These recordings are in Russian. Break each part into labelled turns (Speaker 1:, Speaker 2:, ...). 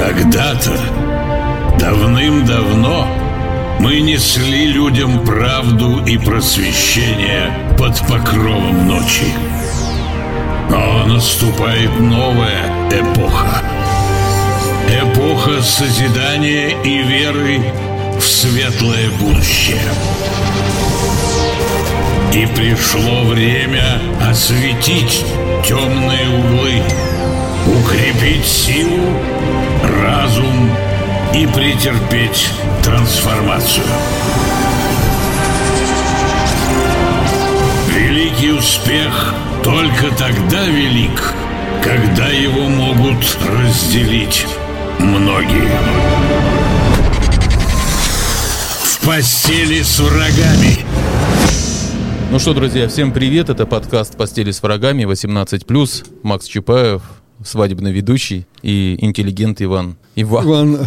Speaker 1: когда-то, давным-давно, мы несли людям правду и просвещение под покровом ночи. Но наступает новая эпоха. Эпоха созидания и веры в светлое будущее. И пришло время осветить темные углы, укрепить силу, разум и претерпеть трансформацию. Великий успех только тогда велик, когда его могут разделить многие. В постели с врагами.
Speaker 2: Ну что, друзья, всем привет. Это подкаст «Постели с врагами» 18+. Макс Чапаев, свадебный ведущий и интеллигент Иван. Иван.
Speaker 3: Иван,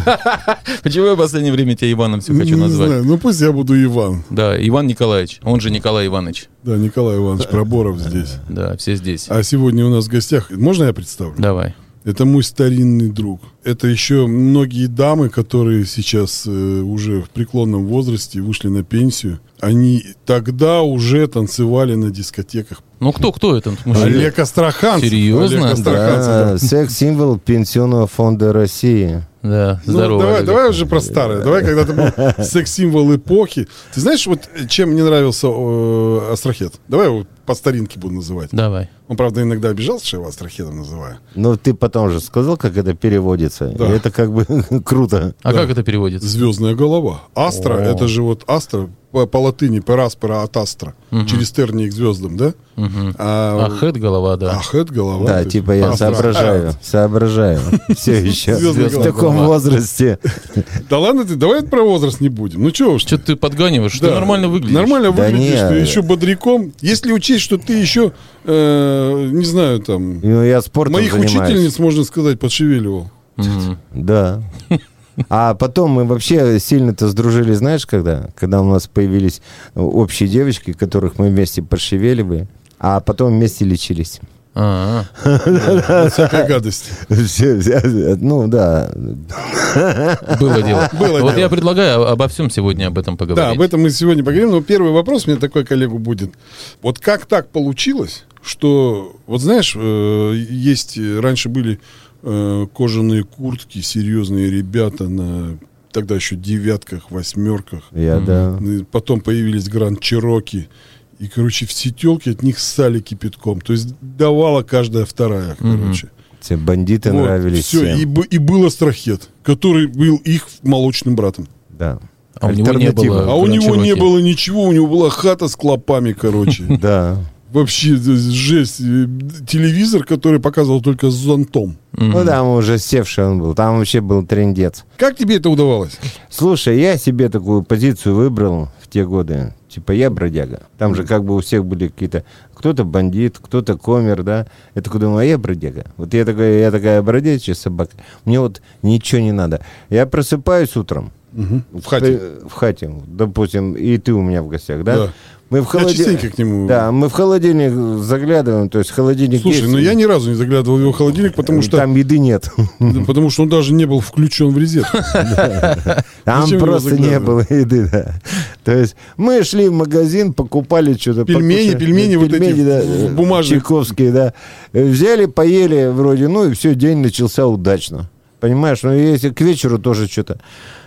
Speaker 2: Почему я в последнее время тебя Иваном все хочу
Speaker 3: ну, не
Speaker 2: назвать?
Speaker 3: знаю, ну пусть я буду Иван.
Speaker 2: Да, Иван Николаевич, он же Николай Иванович.
Speaker 3: Да, Николай Иванович Проборов здесь.
Speaker 2: Да, все здесь.
Speaker 3: А сегодня у нас в гостях, можно я представлю?
Speaker 2: Давай.
Speaker 3: Это мой старинный друг. Это еще многие дамы, которые сейчас э, уже в преклонном возрасте вышли на пенсию. Они тогда уже танцевали на дискотеках.
Speaker 2: Ну кто, кто этот мужчина?
Speaker 3: Олег Астраханцев.
Speaker 2: Серьезно?
Speaker 3: Олег Астраханцев, да.
Speaker 4: Да, секс-символ Пенсионного фонда России.
Speaker 2: Да,
Speaker 3: Ну,
Speaker 2: здорово.
Speaker 3: давай,
Speaker 2: Олег.
Speaker 3: давай уже про старое. Давай, когда ты был секс-символ эпохи. Ты знаешь, вот чем мне нравился э, Астрахет? Давай его по старинке буду называть.
Speaker 2: Давай.
Speaker 3: Он, правда, иногда обижался, что я его Астрахедом называю.
Speaker 4: Ну, ты потом же сказал, как это переводится.
Speaker 3: Да.
Speaker 4: И Это как бы круто.
Speaker 2: А как это переводится?
Speaker 3: Звездная голова. Астра,
Speaker 2: О.
Speaker 3: это же вот астра по, по латыни, пораспора от астра. Через тернии к звездам, да? А,
Speaker 2: А хэт голова, да.
Speaker 3: ах, это голова.
Speaker 4: Да,
Speaker 3: ты-
Speaker 4: типа я
Speaker 3: астра.
Speaker 4: соображаю, соображаю. Все еще
Speaker 3: Звездный
Speaker 4: в
Speaker 3: глаз.
Speaker 4: таком возрасте.
Speaker 3: А, да ладно ты, давай про возраст не будем. Ну чего уж ты.
Speaker 2: Что ты подганиваешь? Ты
Speaker 3: Да.
Speaker 2: нормально выглядишь.
Speaker 3: Нормально
Speaker 4: Да
Speaker 3: выглядишь,
Speaker 4: не.
Speaker 3: ты еще бодряком. Если учесть, что ты еще, э, не знаю, там,
Speaker 4: Ну, я спортом
Speaker 3: моих
Speaker 4: занимаюсь.
Speaker 3: учительниц, можно сказать, подшевеливал.
Speaker 2: Мгм.
Speaker 4: Да. А потом мы вообще сильно-то сдружились, знаешь, когда? Когда у нас появились э, общие девочки, которых мы вместе пошевеливали, а потом вместе лечились.
Speaker 2: А, а.
Speaker 3: Всякая гадость.
Speaker 4: Все- все- Ну, да.
Speaker 2: а, Было дело.
Speaker 3: Было
Speaker 2: Вот
Speaker 3: дело.
Speaker 2: я предлагаю о- обо всем сегодня об этом поговорить.
Speaker 3: Да, об этом мы сегодня поговорим. Но первый вопрос у меня такой, коллегу, будет. Вот как так получилось, что, вот знаешь, э, есть, э, раньше были э, кожаные куртки, серьезные ребята на тогда еще девятках, восьмерках.
Speaker 4: Я, да.
Speaker 3: И Потом появились Гранд Чироки. И, короче, все телки от них ссали кипятком. То есть давала каждая вторая, короче.
Speaker 4: Тебе бандиты нравились
Speaker 3: Все,
Speaker 4: всем.
Speaker 3: и, бы- и был Астрахет, который был их молочным братом.
Speaker 4: Да.
Speaker 2: А у него не
Speaker 4: Альтернатива.
Speaker 2: было.
Speaker 3: А у
Speaker 2: Гранд
Speaker 3: него не
Speaker 2: Чироки.
Speaker 3: было ничего, у него была хата с клопами, короче.
Speaker 4: Да.
Speaker 3: Вообще э, жесть. Э, Телевизор, который показывал только с зонтом.
Speaker 4: Ну да, мы уже севший он был. Там вообще был трендец.
Speaker 3: Как тебе это удавалось?
Speaker 4: Слушай, я себе такую позицию выбрал в те годы. Типа я бродяга. Там же как бы у всех были какие-то... Кто-то бандит, кто-то комер, да. Я такой думаю, а я бродяга. Вот я такая, я такая бродячая собака. Мне вот ничего не надо. Я просыпаюсь утром.
Speaker 3: В хате.
Speaker 4: Э, В хате, допустим, и ты у меня в гостях, да?
Speaker 3: Да.
Speaker 4: Мы в
Speaker 3: Я
Speaker 4: холоде-
Speaker 3: частенько к нему-
Speaker 4: Да, мы в холодильник заглядываем, то есть холодильник
Speaker 3: Слушай,
Speaker 4: есть, Э,
Speaker 3: ну я ни разу не заглядывал в его холодильник, потому что,
Speaker 4: там еды нет.
Speaker 3: потому что он даже не был включен в резерв.
Speaker 4: Там
Speaker 3: Зачем его
Speaker 4: просто не было
Speaker 3: заглядывать?
Speaker 4: еды, да. То есть мы шли в магазин, покупали что-то.
Speaker 3: Пельмени,
Speaker 4: покушали.
Speaker 3: пельмени вот эти
Speaker 4: да,
Speaker 3: в бумажных.
Speaker 4: Чайковские, да. Э, Взяли, поели вроде, ну и все, день начался удачно. Понимаешь, ну если к вечеру тоже что-то.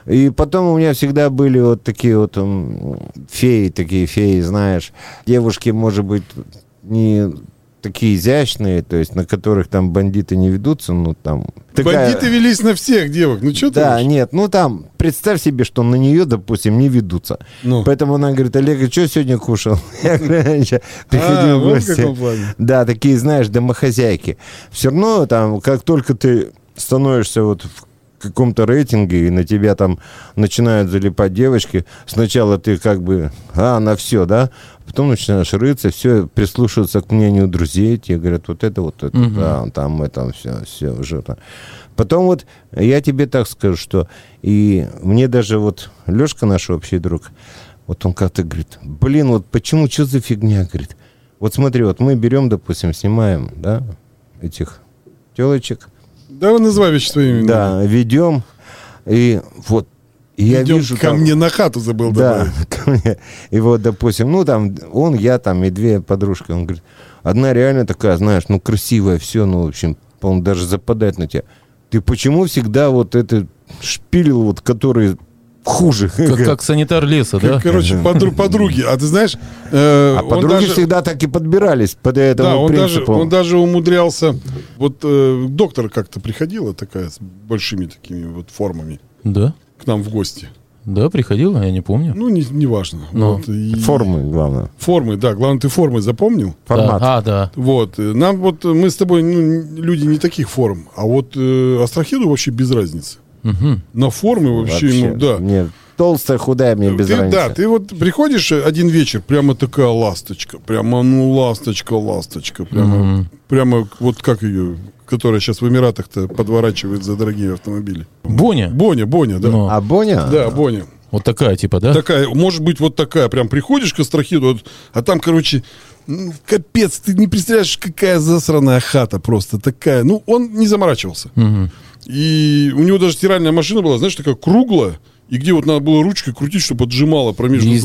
Speaker 4: И потом у меня всегда были вот такие вот м, феи, такие феи, знаешь. Девушки, может быть, не такие изящные, то есть на которых там бандиты не ведутся, ну там... такая-
Speaker 3: Бандиты велись на всех девок. Ну что ты?
Speaker 4: да,
Speaker 3: говоришь?
Speaker 4: нет, ну там, представь себе, что на нее, допустим, не ведутся.
Speaker 3: Ну.
Speaker 4: Поэтому она говорит, Олег, а что сегодня кушал? Я говорю, «Я ща приходил
Speaker 3: А,
Speaker 4: в
Speaker 3: вот в
Speaker 4: гости».
Speaker 3: каком плане.
Speaker 4: Да, такие, знаешь, домохозяйки. Все равно там, как только ты становишься вот в каком-то рейтинге, и на тебя там начинают залипать девочки, сначала ты как бы, а, на все, да, потом начинаешь рыться, все, прислушиваться к мнению друзей, тебе говорят, вот это, вот это, да, там, это, все, все, уже там. Потом вот я тебе так скажу, что и мне даже вот Лешка, наш общий друг, вот он как-то говорит, блин, вот почему, что за фигня, говорит. Вот смотри, вот мы берем, допустим, снимаем, да, этих телочек,
Speaker 3: Давай называй вещи своими именами.
Speaker 4: да, ведем, И вот и я
Speaker 3: Идем
Speaker 4: вижу...
Speaker 3: ко
Speaker 4: там-
Speaker 3: мне ну, на хату забыл
Speaker 4: да,
Speaker 3: добавить.
Speaker 4: ко мне. И вот, допустим, ну там он, я там и две подружки. Он говорит, одна реально такая, знаешь, ну красивая, все, ну, в общем, по-моему, даже западает на тебя. Ты почему всегда вот это шпилил, вот который хуже?
Speaker 2: Как, как санитар леса, да?
Speaker 3: К- Короче, подру- подруги. А ты знаешь, э,
Speaker 4: А
Speaker 3: он
Speaker 4: подруги
Speaker 3: даже-
Speaker 4: всегда так и подбирались под этому
Speaker 3: Да, он даже,
Speaker 4: принципу.
Speaker 3: он даже умудрялся. Вот э, доктор как-то приходила такая с большими такими вот формами
Speaker 2: Да,
Speaker 3: к нам в гости.
Speaker 2: да, приходила, я не помню.
Speaker 3: Ну, не, неважно.
Speaker 2: Ну.
Speaker 3: Вот, и-
Speaker 4: Формы, главное.
Speaker 3: Формы, да. Главное, ты формы запомнил.
Speaker 4: Формат.
Speaker 2: Да, А, да.
Speaker 3: Вот. э, Нам вот, э, мы с тобой ну, н- люди не таких форм. А вот э, Астрахиду вообще без разницы.
Speaker 2: Мгм.
Speaker 3: На формы вообще,
Speaker 4: Вообще,
Speaker 3: ему, да.
Speaker 4: Мне толстая, худая, мне без
Speaker 3: Ну, ты,
Speaker 4: разницы.
Speaker 3: Да, ты вот приходишь э, один вечер, прямо такая ласточка, прямо, ну, ласточка, ласточка, прямо, прямо вот как ее, которая сейчас в Эмиратах-то подворачивает за дорогие автомобили.
Speaker 2: Боня.
Speaker 3: Боня, Боня, да.
Speaker 2: Ну,
Speaker 4: А Боня?
Speaker 3: Да, Боня.
Speaker 2: Вот такая, типа, да?
Speaker 3: Такая, может быть, вот такая, прям приходишь к Астрахиду, вот, а там, короче, ну, капец, ты не представляешь, какая засраная хата просто такая. Ну, он не заморачивался.
Speaker 2: Мгм.
Speaker 3: И у него даже стиральная машина была, знаешь, такая круглая, и где вот надо было ручкой крутить, чтобы отжимала промежность.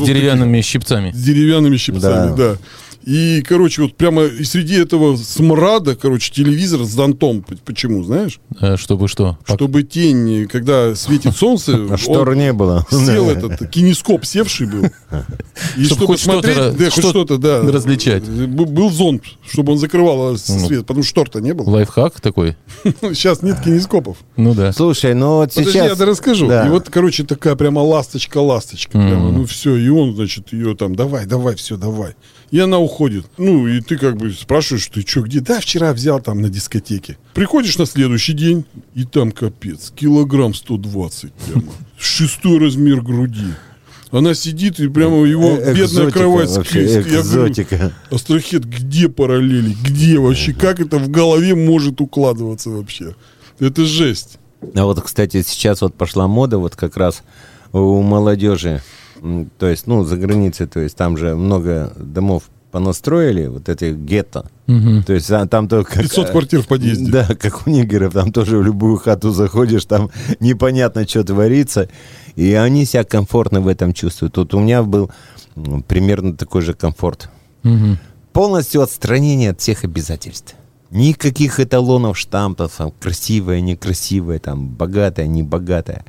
Speaker 2: И с деревянными щипцами.
Speaker 3: С деревянными щипцами, да.
Speaker 4: Да.
Speaker 3: И, короче, вот прямо и среди этого смрада, короче, телевизор с донтом. П- Почему, знаешь?
Speaker 2: Э, Чтобы что? Пок-
Speaker 3: Чтобы тень, когда светит солнце,
Speaker 4: А штор
Speaker 3: он
Speaker 4: не было.
Speaker 3: сел этот кинескоп севший был. И
Speaker 2: Чтобы
Speaker 3: чтобы
Speaker 2: хоть что-то
Speaker 3: смотреть,
Speaker 2: ра-
Speaker 3: да, хоть
Speaker 2: что-
Speaker 3: что-то, да.
Speaker 2: различать. Ну.
Speaker 3: Б- Был зонт, чтобы он закрывал а, с- свет, потому что штор-то не было.
Speaker 2: Лайфхак такой?
Speaker 3: Сейчас нет кинескопов.
Speaker 2: Ну да.
Speaker 4: Слушай, ну вот
Speaker 3: Подожди,
Speaker 4: сейчас...
Speaker 3: я дорасскажу.
Speaker 4: Да.
Speaker 3: И вот, короче, такая прямо ласточка-ласточка. прямо, ну все, и он, значит, ее там, давай, давай, все, давай. И она уходит. Ну, и ты как бы спрашиваешь, ты что, где? Да, вчера взял там на дискотеке. Приходишь на следующий день, и там капец, килограмм 120 прямо. Шестой размер груди. Она сидит, и прямо его
Speaker 4: Э,
Speaker 3: бедная
Speaker 4: экзотика
Speaker 3: кровать
Speaker 4: вообще,
Speaker 3: скрестит. Я говорю,
Speaker 4: экзотика.
Speaker 3: Астрахет, где параллели? Где вообще? Как это в голове может укладываться вообще? Это жесть.
Speaker 4: А вот, кстати, сейчас вот пошла мода вот как раз у молодежи, м, то есть, ну, за границей, то есть там же много домов понастроили, вот эти гетто. То есть а, там только... как,
Speaker 3: 500
Speaker 4: э,
Speaker 3: квартир в подъезде.
Speaker 4: Да, как у нигеров, там тоже в любую хату заходишь, там непонятно, что творится, и они себя комфортно в этом чувствуют. Вот у меня был м, примерно такой же комфорт.
Speaker 2: Мгм.
Speaker 4: Полностью отстранение от всех обязательств. Никаких эталонов, штампов, там, красивое, некрасивое, там, богатое, небогатое.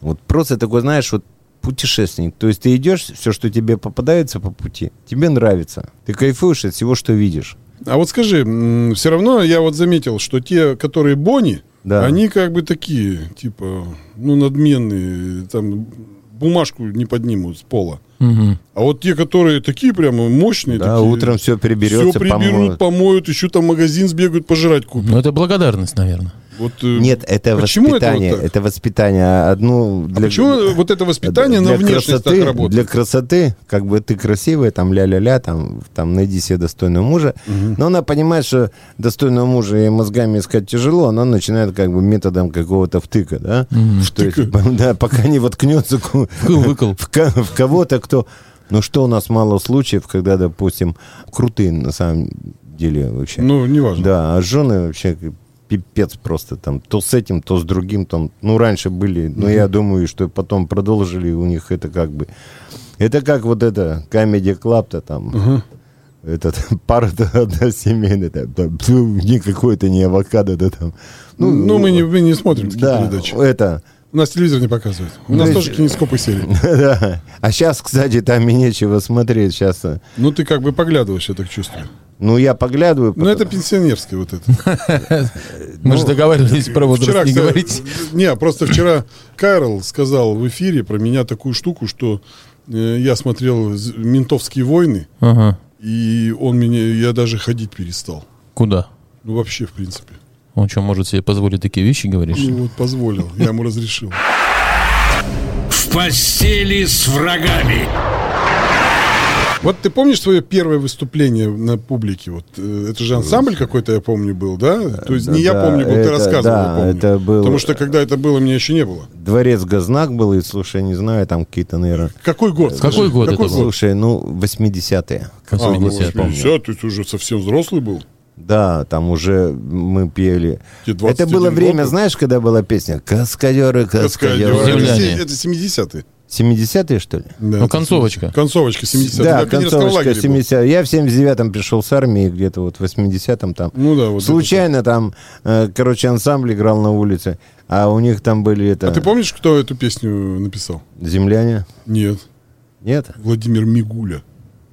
Speaker 4: Вот просто такой, знаешь, вот путешественник. То есть ты идешь, все, что тебе попадается по пути, тебе нравится. Ты кайфуешь от всего, что видишь.
Speaker 3: А вот скажи, все равно я вот заметил, что те, которые Бонни,
Speaker 4: Да.
Speaker 3: они как бы такие, типа, ну, надменные, там, бумажку не поднимут с пола.
Speaker 2: Мгм.
Speaker 3: А вот те, которые такие прямо мощные,
Speaker 4: Да,
Speaker 3: такие,
Speaker 4: утром все
Speaker 3: все
Speaker 4: приберется,
Speaker 3: приберут, помоют.
Speaker 4: помоют.
Speaker 3: еще там в магазин сбегают, пожрать купят.
Speaker 2: Ну это благодарность, наверное.
Speaker 3: Вот, э,
Speaker 4: Нет, это
Speaker 3: почему это вот
Speaker 4: воспитание.
Speaker 3: так? А
Speaker 4: Это, воспитание. а, Одну для,
Speaker 3: Почему вот это воспитание на
Speaker 4: для
Speaker 3: внешность
Speaker 4: красоты,
Speaker 3: так работает?
Speaker 4: Для красоты, как бы ты красивая, там ля-ля-ля, там, там найди себе достойного мужа. Но она понимает, что достойного мужа и мозгами искать тяжело, она начинает как бы методом какого-то втыка, да? То есть, да, пока не воткнется ку-
Speaker 2: Выкл.
Speaker 4: в, ко- в кого-то, кто... Ну что у нас мало случаев, когда, допустим, крутые на самом деле вообще.
Speaker 3: Ну, неважно.
Speaker 4: Да, а жены вообще пипец просто там. То с этим, то с другим там. Ну, раньше были, но я думаю, что потом продолжили у них это как бы... Это как вот это Comedy Club-то там. Этот пара-то одна семейная, там, там, тьфу, никакой-то не авокадо, да там.
Speaker 3: Ну, мы, не, мы не смотрим такие
Speaker 4: да, Ну, э,
Speaker 3: передачи.
Speaker 4: это.
Speaker 3: У нас телевизор не показывает. У нас
Speaker 4: есть-
Speaker 3: тоже кинескопы сели.
Speaker 4: да. А сейчас, кстати, там и нечего смотреть. Сейчас,
Speaker 3: Ну, ты как бы поглядываешь, я так чувствую.
Speaker 4: ну, я поглядываю.
Speaker 3: Ну, это пенсионерское вот это.
Speaker 2: Мы же договаривались про возраст не
Speaker 3: Ну, кстати,
Speaker 2: говорить.
Speaker 3: Не, просто вчера Кайрл сказал в эфире про меня такую штуку, что э, я смотрел з- «Ментовские войны»,
Speaker 2: Ага.
Speaker 3: и он меня, я даже ходить перестал.
Speaker 2: Куда?
Speaker 3: Ну, вообще, в принципе.
Speaker 2: Он что, может себе позволить такие вещи, говоришь?
Speaker 3: Ну, вот позволил, я ему разрешил.
Speaker 1: В постели с врагами.
Speaker 3: Вот ты помнишь свое первое выступление на публике? Вот э, это же ансамбль какой-то, я помню, был, да? То есть не я
Speaker 4: Да,
Speaker 3: помню, был, ты
Speaker 4: это-
Speaker 3: рассказывал.
Speaker 4: да,
Speaker 3: я помню.
Speaker 4: это было-
Speaker 3: Потому что когда это было, меня еще не было.
Speaker 4: Дворец Газнак был, и, слушай, не знаю, там какие-то, наверное...
Speaker 3: Какой год?
Speaker 2: Какой
Speaker 3: скажи?
Speaker 2: год это был?
Speaker 4: Слушай, ну, 80-е.
Speaker 3: А, ну,
Speaker 2: 80-е, помню.
Speaker 3: 80, ты уже совсем взрослый был.
Speaker 4: Да, там уже мы пели.
Speaker 3: Тебе 21
Speaker 4: Это было
Speaker 3: год
Speaker 4: время,
Speaker 3: был?
Speaker 4: знаешь, когда была песня «Каскадеры,
Speaker 3: Каскадеры.
Speaker 4: каскадеры».
Speaker 2: Земля.
Speaker 3: Это
Speaker 2: Земляне.
Speaker 3: се- Это 70-е.
Speaker 4: 70-е, что ли?
Speaker 2: Ну,
Speaker 3: Да, это
Speaker 2: концовочка.
Speaker 3: 70-е. Концовочка 70-е.
Speaker 4: Да,
Speaker 3: Когда Питерского
Speaker 4: концовочка
Speaker 3: лагеря был.
Speaker 4: 70 Я в 79-м пришел с армии, где-то вот в 80-м там.
Speaker 3: Ну да, вот это
Speaker 4: Случайно там, э, короче, ансамбль играл на улице, а у них там были это...
Speaker 3: А ты помнишь, кто эту песню написал?
Speaker 4: Земляне?
Speaker 3: Нет.
Speaker 4: Нет?
Speaker 3: Владимир Мигуля.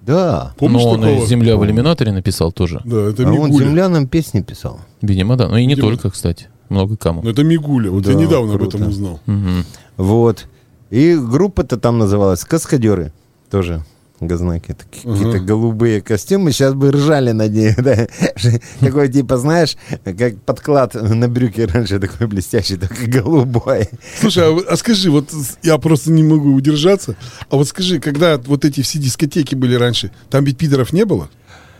Speaker 4: Да.
Speaker 3: Помнишь
Speaker 2: Но он
Speaker 3: такого?
Speaker 2: и «Земля в иллюминаторе» написал тоже.
Speaker 3: Да, это
Speaker 4: А он
Speaker 3: Мигуля.
Speaker 4: землянам песни писал.
Speaker 2: Видимо, да. Ну и не
Speaker 3: Видимо.
Speaker 2: только, кстати. Много кому.
Speaker 3: Ну, это Мигуля. Вот я
Speaker 4: Да,
Speaker 3: недавно об
Speaker 4: круто.
Speaker 3: этом узнал.
Speaker 2: Мгм.
Speaker 4: Вот. И группа-то там называлась «Каскадеры». Тоже газнаки. такие, Какие-то голубые костюмы. Сейчас бы ржали над ней. Да? Такой типа, знаешь, как подклад на брюке раньше такой блестящий, только голубой.
Speaker 3: Слушай, а, вот- а скажи, вот с- я просто не могу удержаться. А вот скажи, когда вот эти все дискотеки были раньше, там ведь пидоров не было?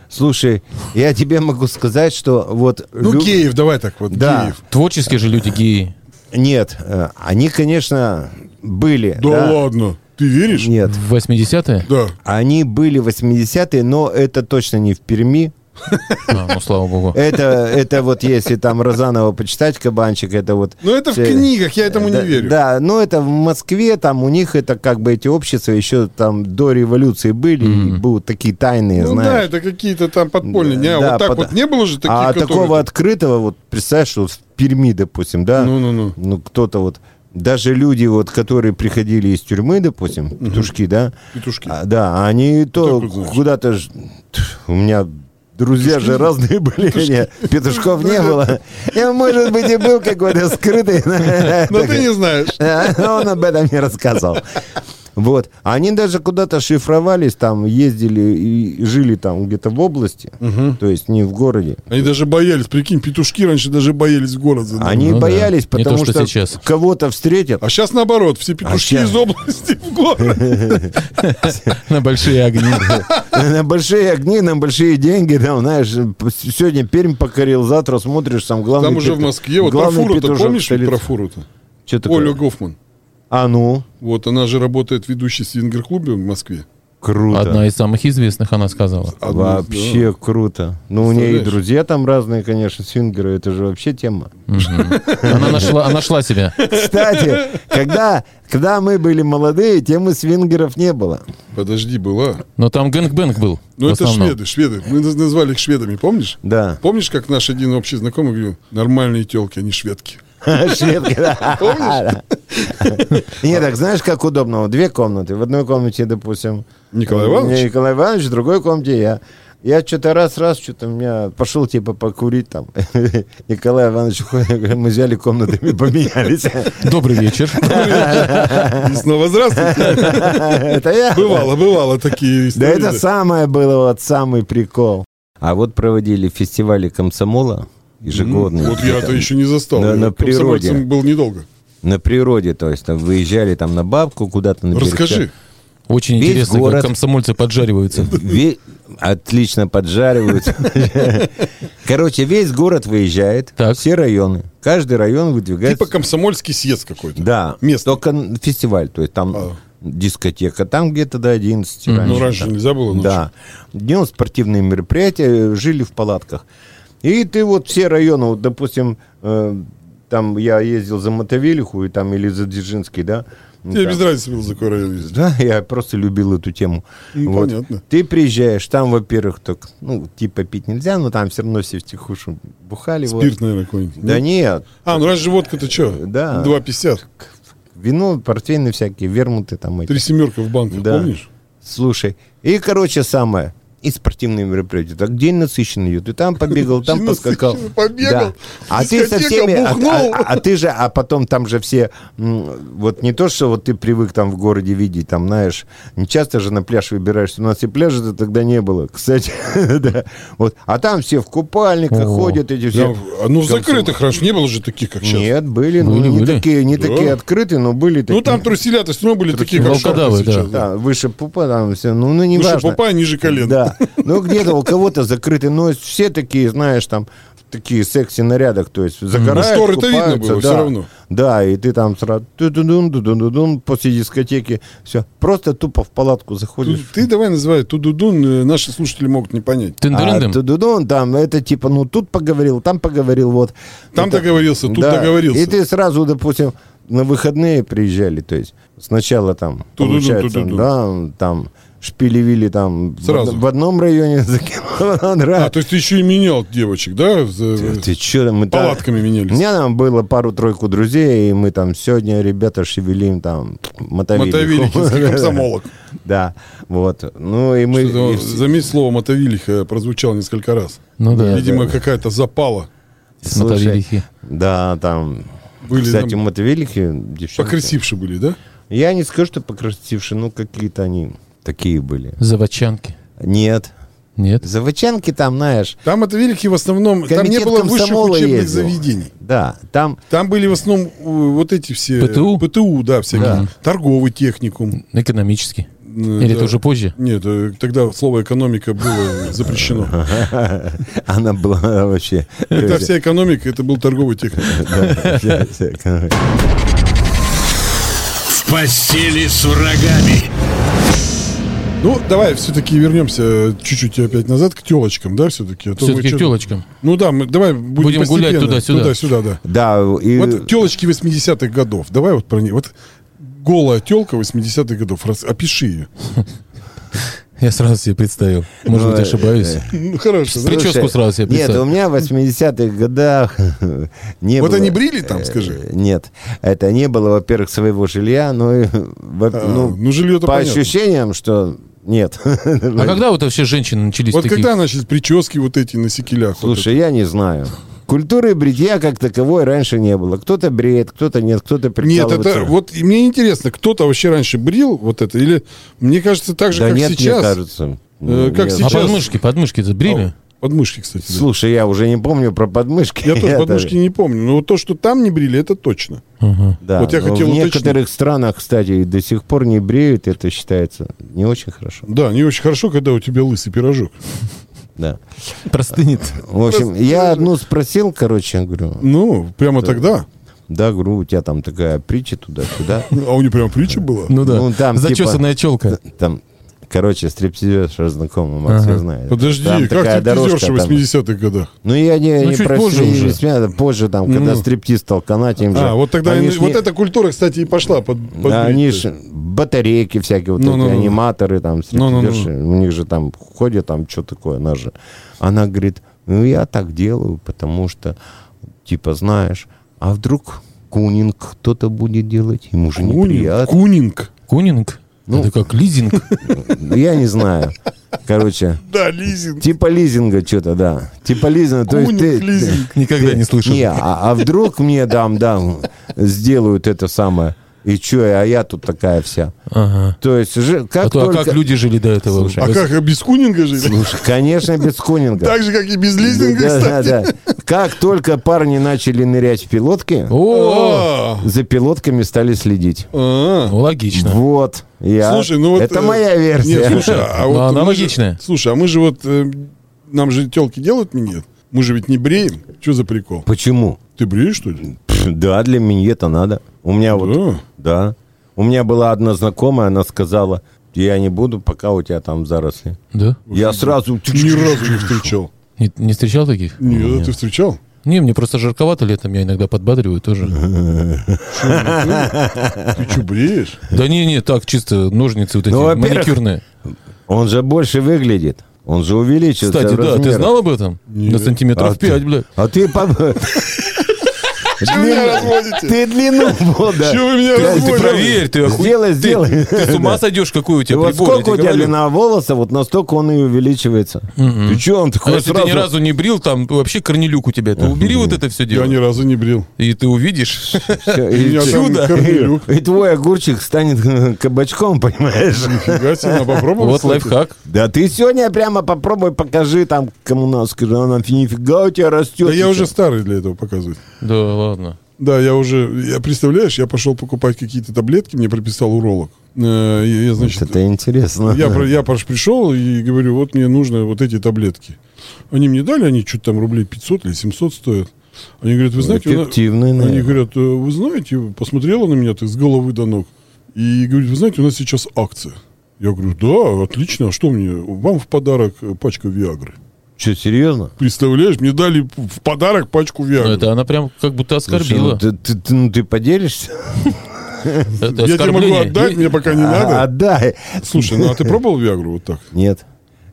Speaker 4: Слушай, я тебе могу сказать, что вот...
Speaker 3: Ну,
Speaker 4: лю-
Speaker 3: геев, давай так вот,
Speaker 4: Да.
Speaker 3: геев.
Speaker 2: Творческие же люди геи.
Speaker 4: Нет, э, они, конечно, были.
Speaker 3: Да, ладно, ты веришь?
Speaker 4: Нет.
Speaker 2: В 80-е?
Speaker 3: Да.
Speaker 4: Они были 80-е, но это точно не в Перми.
Speaker 2: А, ну, слава богу.
Speaker 4: Это, это вот если там Розанова почитать, кабанчик, это вот...
Speaker 3: Но Ну, это в
Speaker 4: все-
Speaker 3: книгах, я этому
Speaker 4: да,
Speaker 3: не верю.
Speaker 4: Да, но это в Москве, там у них это как бы эти общества еще там до революции были, и будут такие тайные,
Speaker 3: Ну да,
Speaker 4: знаешь.
Speaker 3: это какие-то там подпольные. Не, а
Speaker 4: Да,
Speaker 3: вот так
Speaker 4: пота-
Speaker 3: вот не было же таких,
Speaker 4: а
Speaker 3: которые-
Speaker 4: такого открытого, вот представь, что вот в Перми, допустим, да,
Speaker 3: Ну-ну-ну.
Speaker 4: ну кто-то вот, даже люди вот, которые приходили из тюрьмы, допустим, петушки, да,
Speaker 3: Петушки.
Speaker 4: а, да, они то
Speaker 3: откуда знаешь?
Speaker 4: куда-то, ж- Тьф, у меня друзья же разные были, не, петушков не было, я, может быть, и был какой-то скрытый,
Speaker 3: Но ну, ты не знаешь.
Speaker 4: Э, Он об этом не рассказал. Вот. Они даже куда-то шифровались, там ездили и жили там где-то в области, то есть не в городе.
Speaker 3: Они даже боялись, прикинь, петушки раньше даже боялись город за
Speaker 4: Они
Speaker 2: Ну да.
Speaker 4: боялись,
Speaker 2: Не то,
Speaker 4: потому
Speaker 2: что
Speaker 4: что,
Speaker 2: сейчас.
Speaker 4: кого-то встретят.
Speaker 3: А сейчас наоборот, все петушки
Speaker 4: щас-
Speaker 3: из области в город.
Speaker 2: На большие огни.
Speaker 4: На большие огни, на большие деньги, там, знаешь, п- сегодня Пермь покорил, завтра смотришь, там главный
Speaker 3: Там уже в
Speaker 4: пету-
Speaker 3: Москве. Вот про
Speaker 4: главный
Speaker 3: фуру-то,
Speaker 4: петушок
Speaker 3: помнишь
Speaker 4: столицы.
Speaker 3: про фуру-то?
Speaker 4: Чё такое?
Speaker 3: Оля Гофман.
Speaker 4: А ну,
Speaker 3: Вот она же работает ведущей в свингер-клубе в Москве.
Speaker 4: круто.
Speaker 2: Одна из самых известных, она сказала.
Speaker 3: Одна из-
Speaker 4: Вообще круто. Ну, у нее и
Speaker 3: Представляешь?
Speaker 4: друзья там разные, конечно, свингеры, это же вообще тема.
Speaker 2: Она нашла, она нашла себя.
Speaker 4: Кстати, когда, когда мы были молодые, темы свингеров не было.
Speaker 3: да. Подожди, была.
Speaker 2: Но там гэнг-бэнг был.
Speaker 3: Ну
Speaker 2: в
Speaker 3: это
Speaker 2: основном.
Speaker 3: шведы, шведы. Мы наз- назвали их шведами, помнишь?
Speaker 4: Да.
Speaker 3: Помнишь, как наш один общий знакомый говорил, нормальные телки, они шведки.
Speaker 4: Шведки, да. Не, так знаешь, как удобно? Вот Две комнаты. В одной комнате, допустим,
Speaker 3: Николай
Speaker 4: у меня
Speaker 3: Иванович?
Speaker 4: Николай Иванович, в другой комнате я. Я что-то раз-раз, что-то у меня пошел типа покурить там. Николай Иванович уходит, я говорю, мы взяли комнатами, поменялись.
Speaker 2: Добрый вечер.
Speaker 3: И снова здравствуйте.
Speaker 4: Это я.
Speaker 3: Бывало, бывало такие
Speaker 4: Да
Speaker 3: истории.
Speaker 4: это самое было, вот самый прикол. А вот проводили фестивали комсомола ежегодные.
Speaker 3: Вот я это еще не застал.
Speaker 4: На-
Speaker 3: Я
Speaker 4: на природе.
Speaker 3: комсомольцем был недолго.
Speaker 4: На природе, то есть там выезжали там на бабку куда-то. На
Speaker 3: Расскажи.
Speaker 4: берег.
Speaker 2: Очень
Speaker 4: Весь
Speaker 2: интересно,
Speaker 4: город.
Speaker 2: как комсомольцы поджариваются.
Speaker 4: Ве- Отлично поджаривают. Короче, весь город выезжает,
Speaker 2: Так.
Speaker 4: все районы. Каждый район выдвигается.
Speaker 3: Типа комсомольский съезд какой-то.
Speaker 4: Да,
Speaker 3: Место.
Speaker 4: только н- фестиваль, то есть там
Speaker 3: А.
Speaker 4: дискотека, там где-то до 11
Speaker 3: Ну,
Speaker 4: раньше.
Speaker 3: раньше нельзя было. ночью.
Speaker 4: Да. Днем спортивные мероприятия, э, жили в палатках. И ты вот все районы, вот, допустим, э, там я ездил за Мотовилиху и там или за Дзержинский, да. ну,
Speaker 3: Тебе
Speaker 4: там.
Speaker 3: без разницы было, за какой район ездить.
Speaker 4: Да, я просто любил эту тему.
Speaker 3: Ну, понятно.
Speaker 4: Ты приезжаешь, там, во-первых, так, ну, типа пить нельзя, но там все равно все втихуши бухали. вот.
Speaker 3: Спирт, наверное, какой-нибудь.
Speaker 4: Да нет,
Speaker 3: А, ну раньше водка-то что?
Speaker 4: Да.
Speaker 3: 2,50.
Speaker 4: вино, портвейны всякие, вермуты там эти.
Speaker 3: Три семерка в банках,
Speaker 4: Да.
Speaker 3: помнишь?
Speaker 4: Слушай, и, короче, самое, и спортивные мероприятия. Так день насыщенный идет. Ты там побегал, там
Speaker 3: День
Speaker 4: поскакал.
Speaker 3: насыщенный, побегал,
Speaker 4: А ты со
Speaker 3: дискотека,
Speaker 4: всеми... а-
Speaker 3: бухнул.
Speaker 4: А а ты же, а потом там же все... м, Вот не то, что вот ты привык там в городе видеть, там, знаешь, не часто же на пляж выбираешься. У нас и пляжа-то тогда не было, кстати. да. Вот. А там все в
Speaker 2: О.
Speaker 4: купальниках ходят эти
Speaker 3: Да,
Speaker 4: все...
Speaker 3: в- а ну, в
Speaker 4: комсомол.
Speaker 3: закрытых раньше не было же таких, как сейчас.
Speaker 4: Нет, были, ну,
Speaker 2: Были,
Speaker 4: не
Speaker 2: были.
Speaker 4: такие, не
Speaker 3: Да.
Speaker 4: такие открытые, но были такие.
Speaker 3: Ну, там труселя-то все равно были такие, как
Speaker 2: Волкодавы,
Speaker 3: шорты
Speaker 2: да.
Speaker 3: сейчас.
Speaker 4: Да, выше пупа, там все, ну, ну не
Speaker 3: Выше
Speaker 4: важно.
Speaker 3: пупа и ниже колена.
Speaker 4: Да. Ну, где-то у кого-то закрытый нос, все такие, знаешь, там, такие секси-нарядах, то есть загорают,
Speaker 3: шторы-то видно
Speaker 4: купаются,
Speaker 3: было
Speaker 4: да.
Speaker 3: всё равно.
Speaker 4: Да, и ты там сразу ту-ду-дун, ду-ду-ду-дун после дискотеки, все, просто тупо в палатку
Speaker 3: Тут-
Speaker 4: заходишь.
Speaker 3: Ну, Ты давай называй тудудун, э, наши слушатели могут не понять.
Speaker 2: Тендерендом?
Speaker 4: А, ту-ду-дун, там это типа, ну тут поговорил, там поговорил, вот.
Speaker 3: Там
Speaker 4: Это-
Speaker 3: договорился, тут
Speaker 4: Да.
Speaker 3: договорился.
Speaker 4: И ты сразу, допустим, на выходные приезжали, то есть сначала там,
Speaker 3: Ту-ду-дун,
Speaker 4: получается,
Speaker 3: ту-ду-дун.
Speaker 4: да, там шпилевили там в
Speaker 3: Сразу.
Speaker 4: од- в, одном районе за километр.
Speaker 3: А, то есть ты еще и менял девочек, да? за-
Speaker 4: Ты чё, мы там-
Speaker 3: Палатками менялись.
Speaker 4: У меня там было пару-тройку друзей, и мы там сегодня, ребята, шевелим там мотовилиху.
Speaker 3: Мотовилихинский комсомолок.
Speaker 4: Да, вот. Ну и мы...
Speaker 3: Что-то,
Speaker 4: и вс-
Speaker 3: Заметь, слово «мотовилиха» прозвучало несколько раз.
Speaker 2: Ну да.
Speaker 3: Видимо, какая-то запала.
Speaker 4: слушай,
Speaker 2: Мотовилихи.
Speaker 4: Да, там...
Speaker 3: Были
Speaker 4: Кстати,
Speaker 3: там-
Speaker 4: мотовилихи, девчонки...
Speaker 3: Покрасившие были, да?
Speaker 4: Я не скажу, что покрасившие, ну какие-то они такие были.
Speaker 2: Заводчанки.
Speaker 4: Нет.
Speaker 2: Нет.
Speaker 4: Заводчанки там, знаешь...
Speaker 3: Там мотовилихи в основном... Там не
Speaker 4: комитет
Speaker 3: было высших
Speaker 4: комсомола
Speaker 3: учебных
Speaker 4: ездил.
Speaker 3: заведений.
Speaker 4: Да, там...
Speaker 3: Там были в основном э, вот эти все...
Speaker 2: ПТУ?
Speaker 3: ПТУ, да, всякие.
Speaker 2: Да.
Speaker 3: Торговый техникум.
Speaker 2: Экономически.
Speaker 3: Э,
Speaker 2: Или
Speaker 3: да.
Speaker 2: это уже позже?
Speaker 3: Нет, э, тогда слово «экономика» было запрещено.
Speaker 4: Она была вообще...
Speaker 3: Это вся экономика, это был торговый техникум.
Speaker 4: Да, вся- вся-
Speaker 1: В постели с врагами.
Speaker 3: Ну, давай все-таки вернемся чуть-чуть опять назад к телочкам, да, а все-таки?
Speaker 2: Все-таки к телочкам.
Speaker 3: Ну да, мы, давай будем,
Speaker 2: Будем гулять туда-сюда.
Speaker 3: постепенно, Туда-сюда, да.
Speaker 4: Да, и...
Speaker 3: Вот телочки 80-х годов. Давай вот про нее. Вот голая телка 80-х годов. Раз, опиши ее.
Speaker 2: Я сразу себе представил. Может быть,
Speaker 4: Ну,
Speaker 2: ошибаюсь.
Speaker 3: Ну хорошо. да.
Speaker 2: При- прическу сразу себе
Speaker 4: Нет,
Speaker 2: представь.
Speaker 4: у меня в 80-х годах не
Speaker 3: Вот
Speaker 4: было-
Speaker 3: они брили там,
Speaker 4: Э,
Speaker 3: скажи.
Speaker 4: Нет, это не было, во-первых, своего жилья, но и, во-
Speaker 3: А,
Speaker 4: ну,
Speaker 3: ну, жилье-то
Speaker 4: по
Speaker 3: понятно.
Speaker 4: ощущениям, что нет.
Speaker 2: А когда вот вообще женщины начались
Speaker 3: Вот
Speaker 2: такие? А
Speaker 3: когда начались прически вот эти на секелях? вот
Speaker 4: Слушай, я не знаю. Культуры бритья как таковой раньше не было. Кто-то бреет, кто-то нет, кто-то
Speaker 3: это? Нет,
Speaker 4: прикалывается.
Speaker 3: это вот и мне интересно, кто-то вообще раньше брил вот это? Или мне кажется так же,
Speaker 4: да
Speaker 3: как
Speaker 4: нет,
Speaker 3: сейчас.
Speaker 4: мне кажется.
Speaker 3: Э, как
Speaker 4: Нет.
Speaker 2: А
Speaker 3: сейчас?
Speaker 2: подмышки, подмышки-то брили?
Speaker 3: А, Подмышки, кстати. да.
Speaker 4: Слушай, я уже не помню про подмышки.
Speaker 3: Я тоже
Speaker 4: Это-
Speaker 3: подмышки не помню. Но вот то, что там не брили, это точно.
Speaker 2: Ага.
Speaker 4: Да,
Speaker 3: Вот я
Speaker 4: но
Speaker 3: хотел
Speaker 4: в
Speaker 3: уточнить.
Speaker 4: некоторых странах, кстати, и до сих пор не бреют, это считается не очень хорошо.
Speaker 3: Да, не очень хорошо, когда у тебя лысый пирожок.
Speaker 4: Да.
Speaker 2: Простынет.
Speaker 4: В общем, я одну спросил, короче, я говорю,
Speaker 3: Ну, прямо тогда.
Speaker 4: да, говорю, у тебя там такая притча туда-сюда.
Speaker 3: А у нее прям притча была.
Speaker 2: Ну да.
Speaker 4: Ну, там, типа-
Speaker 2: Зачесанная челка.
Speaker 4: Там, короче, стриптизерша знакомый, Макс,
Speaker 2: Ага.
Speaker 4: я знаю.
Speaker 3: Подожди,
Speaker 4: Там
Speaker 3: как
Speaker 4: такая
Speaker 3: стриптизерша в
Speaker 4: дорожка там.
Speaker 3: 80-х годах?
Speaker 4: Ну, я не,
Speaker 2: Ну,
Speaker 4: не
Speaker 2: чуть
Speaker 4: про
Speaker 2: позже уже.
Speaker 4: 70-е, да, позже там, когда
Speaker 3: Ну.
Speaker 4: стриптиз стал канать, им же...
Speaker 3: А, вот тогда
Speaker 4: они
Speaker 3: и-
Speaker 4: ж
Speaker 3: вот
Speaker 4: не-
Speaker 3: эта культура, кстати, и пошла под, под
Speaker 4: Да, они
Speaker 3: бритвы.
Speaker 4: же батарейки всякие, вот эти
Speaker 3: Ну-ну-ну.
Speaker 4: аниматоры, там,
Speaker 3: Ну-ну-ну.
Speaker 4: стриптизерши, у них же там ходят, там, что такое, она же. Она говорит, ну, я так делаю, потому что, типа, знаешь, а вдруг кунинг кто-то будет делать, ему же
Speaker 3: Кунинг.
Speaker 4: неприятно.
Speaker 3: Кунинг.
Speaker 2: Кунинг? Это как лизинг.
Speaker 4: Ну, Я не знаю. Короче,
Speaker 3: Да, лизинг.
Speaker 4: типа лизинга что-то, да. Типа лизинга. То есть
Speaker 3: Кунинг,
Speaker 4: ты,
Speaker 3: лизинг.
Speaker 2: Никогда
Speaker 4: ты-
Speaker 2: не слышал.
Speaker 4: Не, а, а вдруг мне дам, да, сделают это самое. И чё, а я тут такая вся.
Speaker 2: Ага.
Speaker 4: То есть, же- как
Speaker 2: А то а
Speaker 4: только-
Speaker 2: как люди жили до этого?
Speaker 4: Слушай,
Speaker 3: А
Speaker 2: Без-
Speaker 3: как, а без кунинга жили?
Speaker 4: Слушай, конечно, без кунинга.
Speaker 3: Так же, как и без лизинга,
Speaker 4: Да, да,
Speaker 3: кстати.
Speaker 4: да. Как только парни начали нырять в пилотки,
Speaker 2: О,
Speaker 4: за пилотками стали следить.
Speaker 3: А.
Speaker 2: ну, логично.
Speaker 4: Вот. Я...
Speaker 3: Слушай, ну вот...
Speaker 4: Это
Speaker 3: э,
Speaker 4: моя версия.
Speaker 3: Нет, слушай, а
Speaker 2: Ну,
Speaker 3: вот...
Speaker 2: она
Speaker 3: мы же-
Speaker 2: логичная.
Speaker 3: Слушай, а мы же вот... э, Нам же телки делают минет. Мы же ведь не бреем. Что за прикол?
Speaker 4: Почему?
Speaker 3: Ты бреешь, что ли?
Speaker 4: Пф, Да, для миньета надо. У меня вот...
Speaker 3: Да.
Speaker 4: Да. У меня была одна знакомая, она сказала, я не буду, пока у тебя там заросли.
Speaker 2: Да?
Speaker 4: Я сразу...
Speaker 3: Ни разу не встречал.
Speaker 2: Не, не встречал таких?
Speaker 3: Нет, ты встречал?
Speaker 2: Не, мне просто жарковато летом, я иногда подбадриваю тоже.
Speaker 3: Ты что, бреешь?
Speaker 2: Да не, не, так чисто ножницы вот эти,
Speaker 4: Ну, во-первых,
Speaker 2: маникюрные.
Speaker 4: Он же больше выглядит. Он же увеличился
Speaker 2: Кстати,
Speaker 4: в
Speaker 2: да, ты
Speaker 4: размерах.
Speaker 2: знал об этом? На сантиметров
Speaker 4: А ты-
Speaker 2: 5, блядь.
Speaker 4: А ты... по-
Speaker 3: Чего вы меня разводите?
Speaker 4: Ты длину вот, да.
Speaker 3: Чего вы меня
Speaker 4: Ты-
Speaker 3: разводите?
Speaker 4: ты
Speaker 2: Проверь, ты оху-
Speaker 4: Сделай,
Speaker 2: ты-
Speaker 4: сделай.
Speaker 2: Ты с ума
Speaker 4: Да.
Speaker 2: сойдешь, какой у
Speaker 4: И
Speaker 2: тебя
Speaker 4: вот
Speaker 2: прибор, я
Speaker 4: сколько
Speaker 2: тебе
Speaker 4: у тебя
Speaker 2: говорю.
Speaker 4: длина волоса, вот настолько он и увеличивается. Ты че, он
Speaker 2: А
Speaker 4: такой
Speaker 2: если ты ни
Speaker 4: сразу...
Speaker 2: разу не брил, там вообще корнелюк у тебя. Ты убери вот это все
Speaker 3: Я ни
Speaker 2: дело.
Speaker 3: разу не брил.
Speaker 2: И ты увидишь.
Speaker 4: всё,
Speaker 3: У меня
Speaker 4: и-
Speaker 3: там
Speaker 2: чудо.
Speaker 3: корнелюк.
Speaker 4: И твой огурчик станет кабачком, понимаешь?
Speaker 3: Нифига себе, надо попробовать.
Speaker 2: Вот
Speaker 3: а кстати.
Speaker 2: лайфхак.
Speaker 4: Да ты сегодня прямо попробуй, покажи там кому нас, скажи, «А она нифига у тебя растет.
Speaker 3: Да я уже старый для этого показывать.
Speaker 2: Да, ладно.
Speaker 3: Да, я уже, я, представляешь, я пошел покупать какие-то таблетки, мне прописал уролог. Э, Я, я, значит,
Speaker 4: Это интересно.
Speaker 3: я, про- я пош- пришел и говорю, вот мне нужно вот эти таблетки. Они мне дали, они что-то там рублей 500 или 700 стоят. Они говорят, вы знаете... у нас-
Speaker 4: Эффективные,
Speaker 3: Они
Speaker 4: наверное.
Speaker 3: говорят, «Э, вы знаете, посмотрела на меня так с головы до ног. И говорит, вы знаете, у нас сейчас акция. Я говорю, да, отлично, а что мне? Вам в подарок э, пачка Виагры.
Speaker 4: Что, серьезно?
Speaker 3: Представляешь, мне дали в подарок пачку
Speaker 2: Ну,
Speaker 3: Виагры.
Speaker 2: это она прям как будто оскорбила.
Speaker 4: Ты, ты- ты- ну, ты поделишься?
Speaker 2: Это
Speaker 3: Я тебе могу
Speaker 2: оскорбление.
Speaker 3: отдать, мне пока не
Speaker 4: А,
Speaker 3: надо.
Speaker 4: отдай.
Speaker 3: Слушай, ну а ты пробовал Виагру вот так?
Speaker 4: Нет.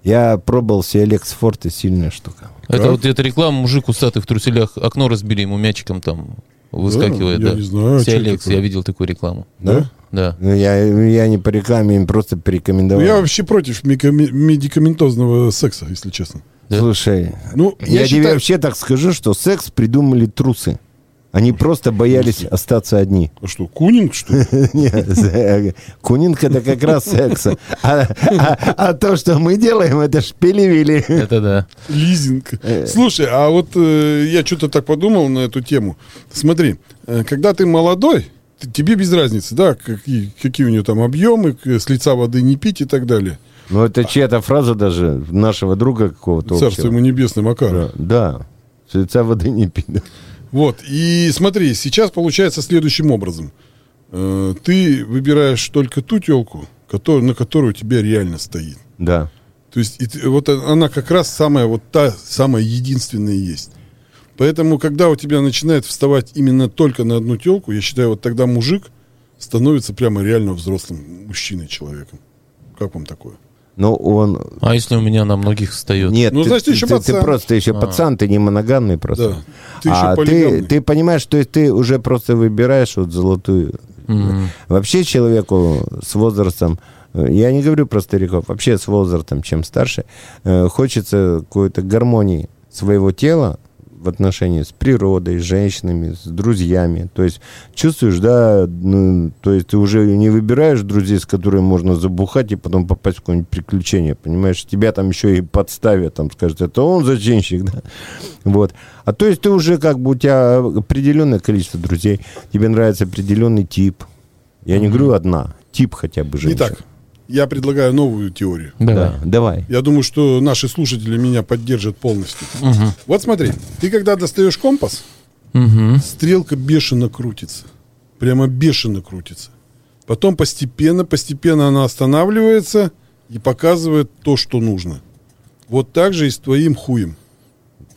Speaker 4: Я пробовал себе Лекс Форте, сильная штука.
Speaker 2: Это
Speaker 3: Как?
Speaker 2: вот где-то реклама, мужик усатый в труселях, окно разбили, ему мячиком там выскакивает.
Speaker 3: я
Speaker 2: да.
Speaker 3: не знаю,
Speaker 2: Все
Speaker 3: чё это
Speaker 2: Алекс,
Speaker 3: такое.
Speaker 2: я видел такую рекламу.
Speaker 4: Да?
Speaker 2: Да.
Speaker 4: Ну, я, я не по рекламе, им просто
Speaker 3: Ну,
Speaker 4: порекомендовал.
Speaker 3: я вообще против миками- медикаментозного секса, если честно.
Speaker 2: Да.
Speaker 4: Слушай,
Speaker 3: Ну,
Speaker 4: я,
Speaker 3: я,
Speaker 4: тебе
Speaker 3: считаю,
Speaker 4: вообще так скажу, что секс придумали трусы. Они просто боялись остаться одни.
Speaker 3: А что, кунинг, что ли?
Speaker 4: Нет, Кунинг это как раз секса. А, а- а то, что мы делаем, это шпили-вили.
Speaker 2: Это да.
Speaker 3: Лизинг. Слушай, а вот э, я что-то так подумал на эту тему. Смотри, э, когда ты молодой, т- тебе без разницы, да, какие, какие у нее там объемы, к- с лица воды не пить и так далее.
Speaker 4: Ну, это чья-то фраза даже нашего друга какого-то
Speaker 3: Царство
Speaker 4: общего.
Speaker 3: ему небесное, Макар.
Speaker 4: Да, Да. С лица воды не пить.
Speaker 3: Вот, и смотри, сейчас получается следующим образом. Э, ты выбираешь только ту телку, которая, на которую у тебя реально стоит.
Speaker 4: Да.
Speaker 3: То есть и ты- вот о- она как раз самая вот та самая единственная и есть. Поэтому, когда у тебя начинает вставать именно только на одну телку, я считаю, вот тогда мужик становится прямо реально взрослым мужчиной человеком. Как вам такое?
Speaker 4: Но он...
Speaker 2: А если у меня на многих встает?
Speaker 4: Нет,
Speaker 3: Ну,
Speaker 4: ты,
Speaker 3: значит, ты еще
Speaker 4: ты- ты
Speaker 3: пацан.
Speaker 4: просто еще пацан, ты не моноганный просто.
Speaker 3: Да. Ты еще
Speaker 4: а ты,
Speaker 3: полигамный.
Speaker 4: ты понимаешь, что ты уже просто выбираешь вот золотую. Вообще человеку с возрастом, э, я не говорю про стариков, вообще с возрастом, чем старше, э, хочется какой-то гармонии своего тела в отношении с природой, с женщинами, с друзьями. То есть чувствуешь, да, ну, то есть ты уже не выбираешь друзей, с которыми можно забухать и потом попасть в какое-нибудь приключение, понимаешь? Тебя там еще и подставят, там скажут, это он зачинщик, да? Вот. А то есть ты уже как бы у тебя определенное количество друзей, тебе нравится определенный тип. Я не говорю одна, тип хотя бы женщин.
Speaker 3: Итак, я предлагаю новую теорию.
Speaker 4: Да, давай.
Speaker 3: Я думаю, что наши слушатели меня поддержат полностью. Вот смотри, ты когда достаешь компас, стрелка бешено крутится. Прямо бешено крутится. Потом постепенно, постепенно она останавливается и показывает то, что нужно. Вот так же и с твоим хуем.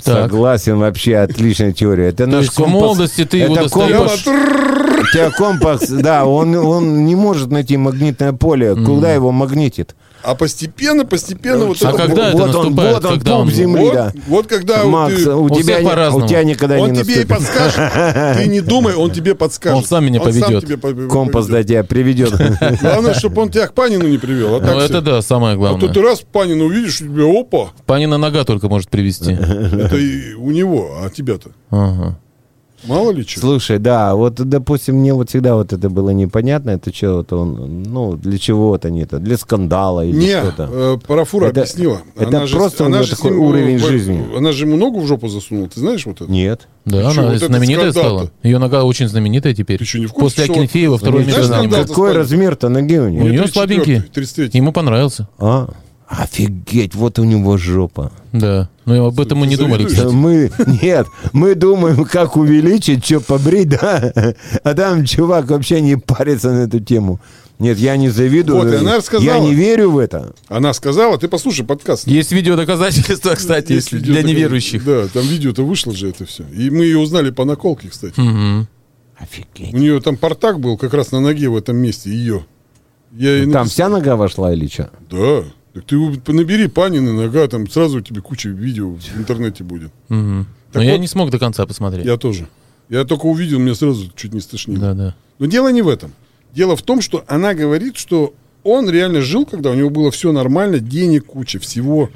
Speaker 2: Так.
Speaker 4: Согласен, вообще отличная теория. Это наш
Speaker 2: есть в
Speaker 4: компас.
Speaker 2: молодости ты его
Speaker 4: Это
Speaker 2: достаешь.
Speaker 4: компас. У тебя компас, да, он, он не может найти магнитное поле. Куда его магнитит?
Speaker 3: А постепенно, постепенно вот
Speaker 2: А
Speaker 3: это
Speaker 2: когда
Speaker 3: вот,
Speaker 2: это
Speaker 4: вот он,
Speaker 2: наступает?
Speaker 4: вот он,
Speaker 2: когда
Speaker 4: пуп земли,
Speaker 3: вот,
Speaker 4: да.
Speaker 3: вот когда вот
Speaker 4: Макс,
Speaker 3: ты-
Speaker 4: у,
Speaker 2: У
Speaker 4: тебя
Speaker 2: всех
Speaker 4: не-
Speaker 2: по-разному.
Speaker 4: у тебя никогда
Speaker 3: он
Speaker 4: не
Speaker 3: тебе и
Speaker 4: наступит.
Speaker 3: подскажет. Ты не думай, он тебе подскажет.
Speaker 2: Он сам меня поведет.
Speaker 3: тебе по-
Speaker 4: Компас
Speaker 3: поведет.
Speaker 4: до тебя приведет.
Speaker 3: Главное, чтобы он тебя к Панину не привел. А так
Speaker 2: Ну,
Speaker 3: всё.
Speaker 2: это да, самое
Speaker 3: А то
Speaker 2: главное.
Speaker 3: ты раз Панина увидишь, у тебя опа,
Speaker 2: Панина нога только может привести.
Speaker 3: это и у него, а тебя-то.
Speaker 2: Ага.
Speaker 3: Мало ли чего.
Speaker 4: Слушай, да, вот, допустим, мне вот всегда вот это было непонятно, это чего-то он, ну, для чего-то они это, для скандала или
Speaker 3: Не,
Speaker 4: что-то.
Speaker 3: э, Парафура
Speaker 4: Это-
Speaker 3: объяснила.
Speaker 4: это просто у
Speaker 3: она
Speaker 4: него
Speaker 3: же с
Speaker 4: такой
Speaker 3: ним, э,
Speaker 4: уровень
Speaker 3: во-
Speaker 4: жизни.
Speaker 3: Она же ему ногу в жопу засунула, ты знаешь вот это?
Speaker 4: Нет.
Speaker 2: Да,
Speaker 3: Ты чё,
Speaker 2: она
Speaker 3: вот это
Speaker 2: знаменитая
Speaker 3: скандал-то?
Speaker 2: стала. Ее нога очень знаменитая теперь.
Speaker 3: Ты чё, не в курсе,
Speaker 2: После
Speaker 3: что он-
Speaker 2: Акинфеева второе
Speaker 3: Знаешь,
Speaker 2: место
Speaker 3: скандал-то
Speaker 2: занимает.
Speaker 4: Какой
Speaker 3: спали.
Speaker 4: размер-то ноги у
Speaker 2: У
Speaker 4: него?
Speaker 2: нее
Speaker 3: 34-й,
Speaker 2: слабенький.
Speaker 3: 33-й.
Speaker 2: Ему понравился.
Speaker 4: А? Офигеть, вот у него жопа.
Speaker 2: Да. Но об этом мы не думали,
Speaker 3: Завидуешь?
Speaker 4: Э,
Speaker 2: кстати.
Speaker 4: Мы, нет, мы думаем, как увеличить, что побрить, да? А там чувак вообще не парится на эту тему. Нет, я не завидую.
Speaker 3: Вот, и она
Speaker 4: я
Speaker 3: рассказала.
Speaker 4: не верю в это.
Speaker 3: Она сказала, ты послушай подкаст.
Speaker 2: Есть видео доказательства, кстати,
Speaker 3: Есть
Speaker 2: если
Speaker 3: видео
Speaker 2: для
Speaker 3: такое.
Speaker 2: неверующих.
Speaker 3: Да, там видео-то вышло же это все. И мы ее узнали по наколке, кстати.
Speaker 4: Офигеть.
Speaker 3: У нее там портак был как раз на ноге в этом месте, ее. Я ей
Speaker 4: Там
Speaker 3: написал,
Speaker 4: вся нога вошла или что?
Speaker 3: Да. Так ты у- набери Панина нога, там сразу тебе куча видео в интернете будет.
Speaker 2: Мгм. Но
Speaker 3: Так
Speaker 2: я
Speaker 3: вот.
Speaker 2: не смог до конца посмотреть.
Speaker 3: Я тоже. Я только увидел, меня сразу чуть не стошнило.
Speaker 2: Да, да.
Speaker 3: Но дело не в этом. Дело в том, что она говорит, что он реально жил, когда у него было все нормально, денег куча, всего.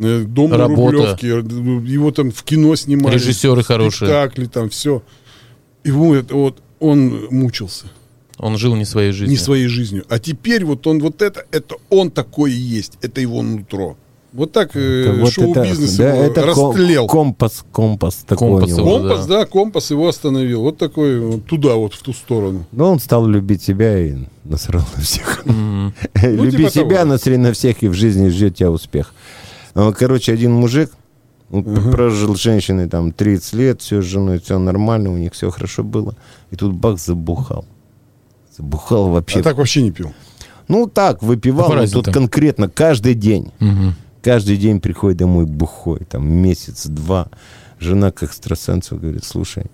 Speaker 3: э, Дом на
Speaker 2: Работа.
Speaker 3: Рублевке, э, его там в кино снимали.
Speaker 2: Режиссеры хорошие.
Speaker 3: Спектакли там, все. Его это вот, он мучился.
Speaker 2: Он жил не своей жизнью.
Speaker 3: Не своей жизнью. А теперь вот он вот это, это он такой и есть. Это его нутро. Вот так э,
Speaker 4: Вот это-
Speaker 3: шоу-бизнес
Speaker 4: да,
Speaker 3: его
Speaker 4: это ком-
Speaker 3: растлел.
Speaker 4: компас, компас такой
Speaker 2: Компас
Speaker 4: у него.
Speaker 2: его.
Speaker 3: компас, да. компас его остановил. Вот такой, вот туда вот, в ту сторону.
Speaker 4: Но Ну, он стал любить себя и насрал на всех.
Speaker 3: Ну,
Speaker 4: Люби
Speaker 3: типа того.
Speaker 4: себя, насри на всех, и в жизни ждет тебя успех. А, Ну, Короче, один мужик Он п- прожил с женщиной там 30 лет, все с женой, все нормально, у них все хорошо было. И тут бах забухал. Забухал вообще.
Speaker 3: А так вообще не пил.
Speaker 4: Ну так, выпивал,
Speaker 2: Да
Speaker 4: но
Speaker 2: паразитом.
Speaker 4: тут конкретно каждый день.
Speaker 2: Мгм.
Speaker 4: Каждый день приходит домой бухой, там месяц-два. Жена к экстрасенсу говорит, слушай,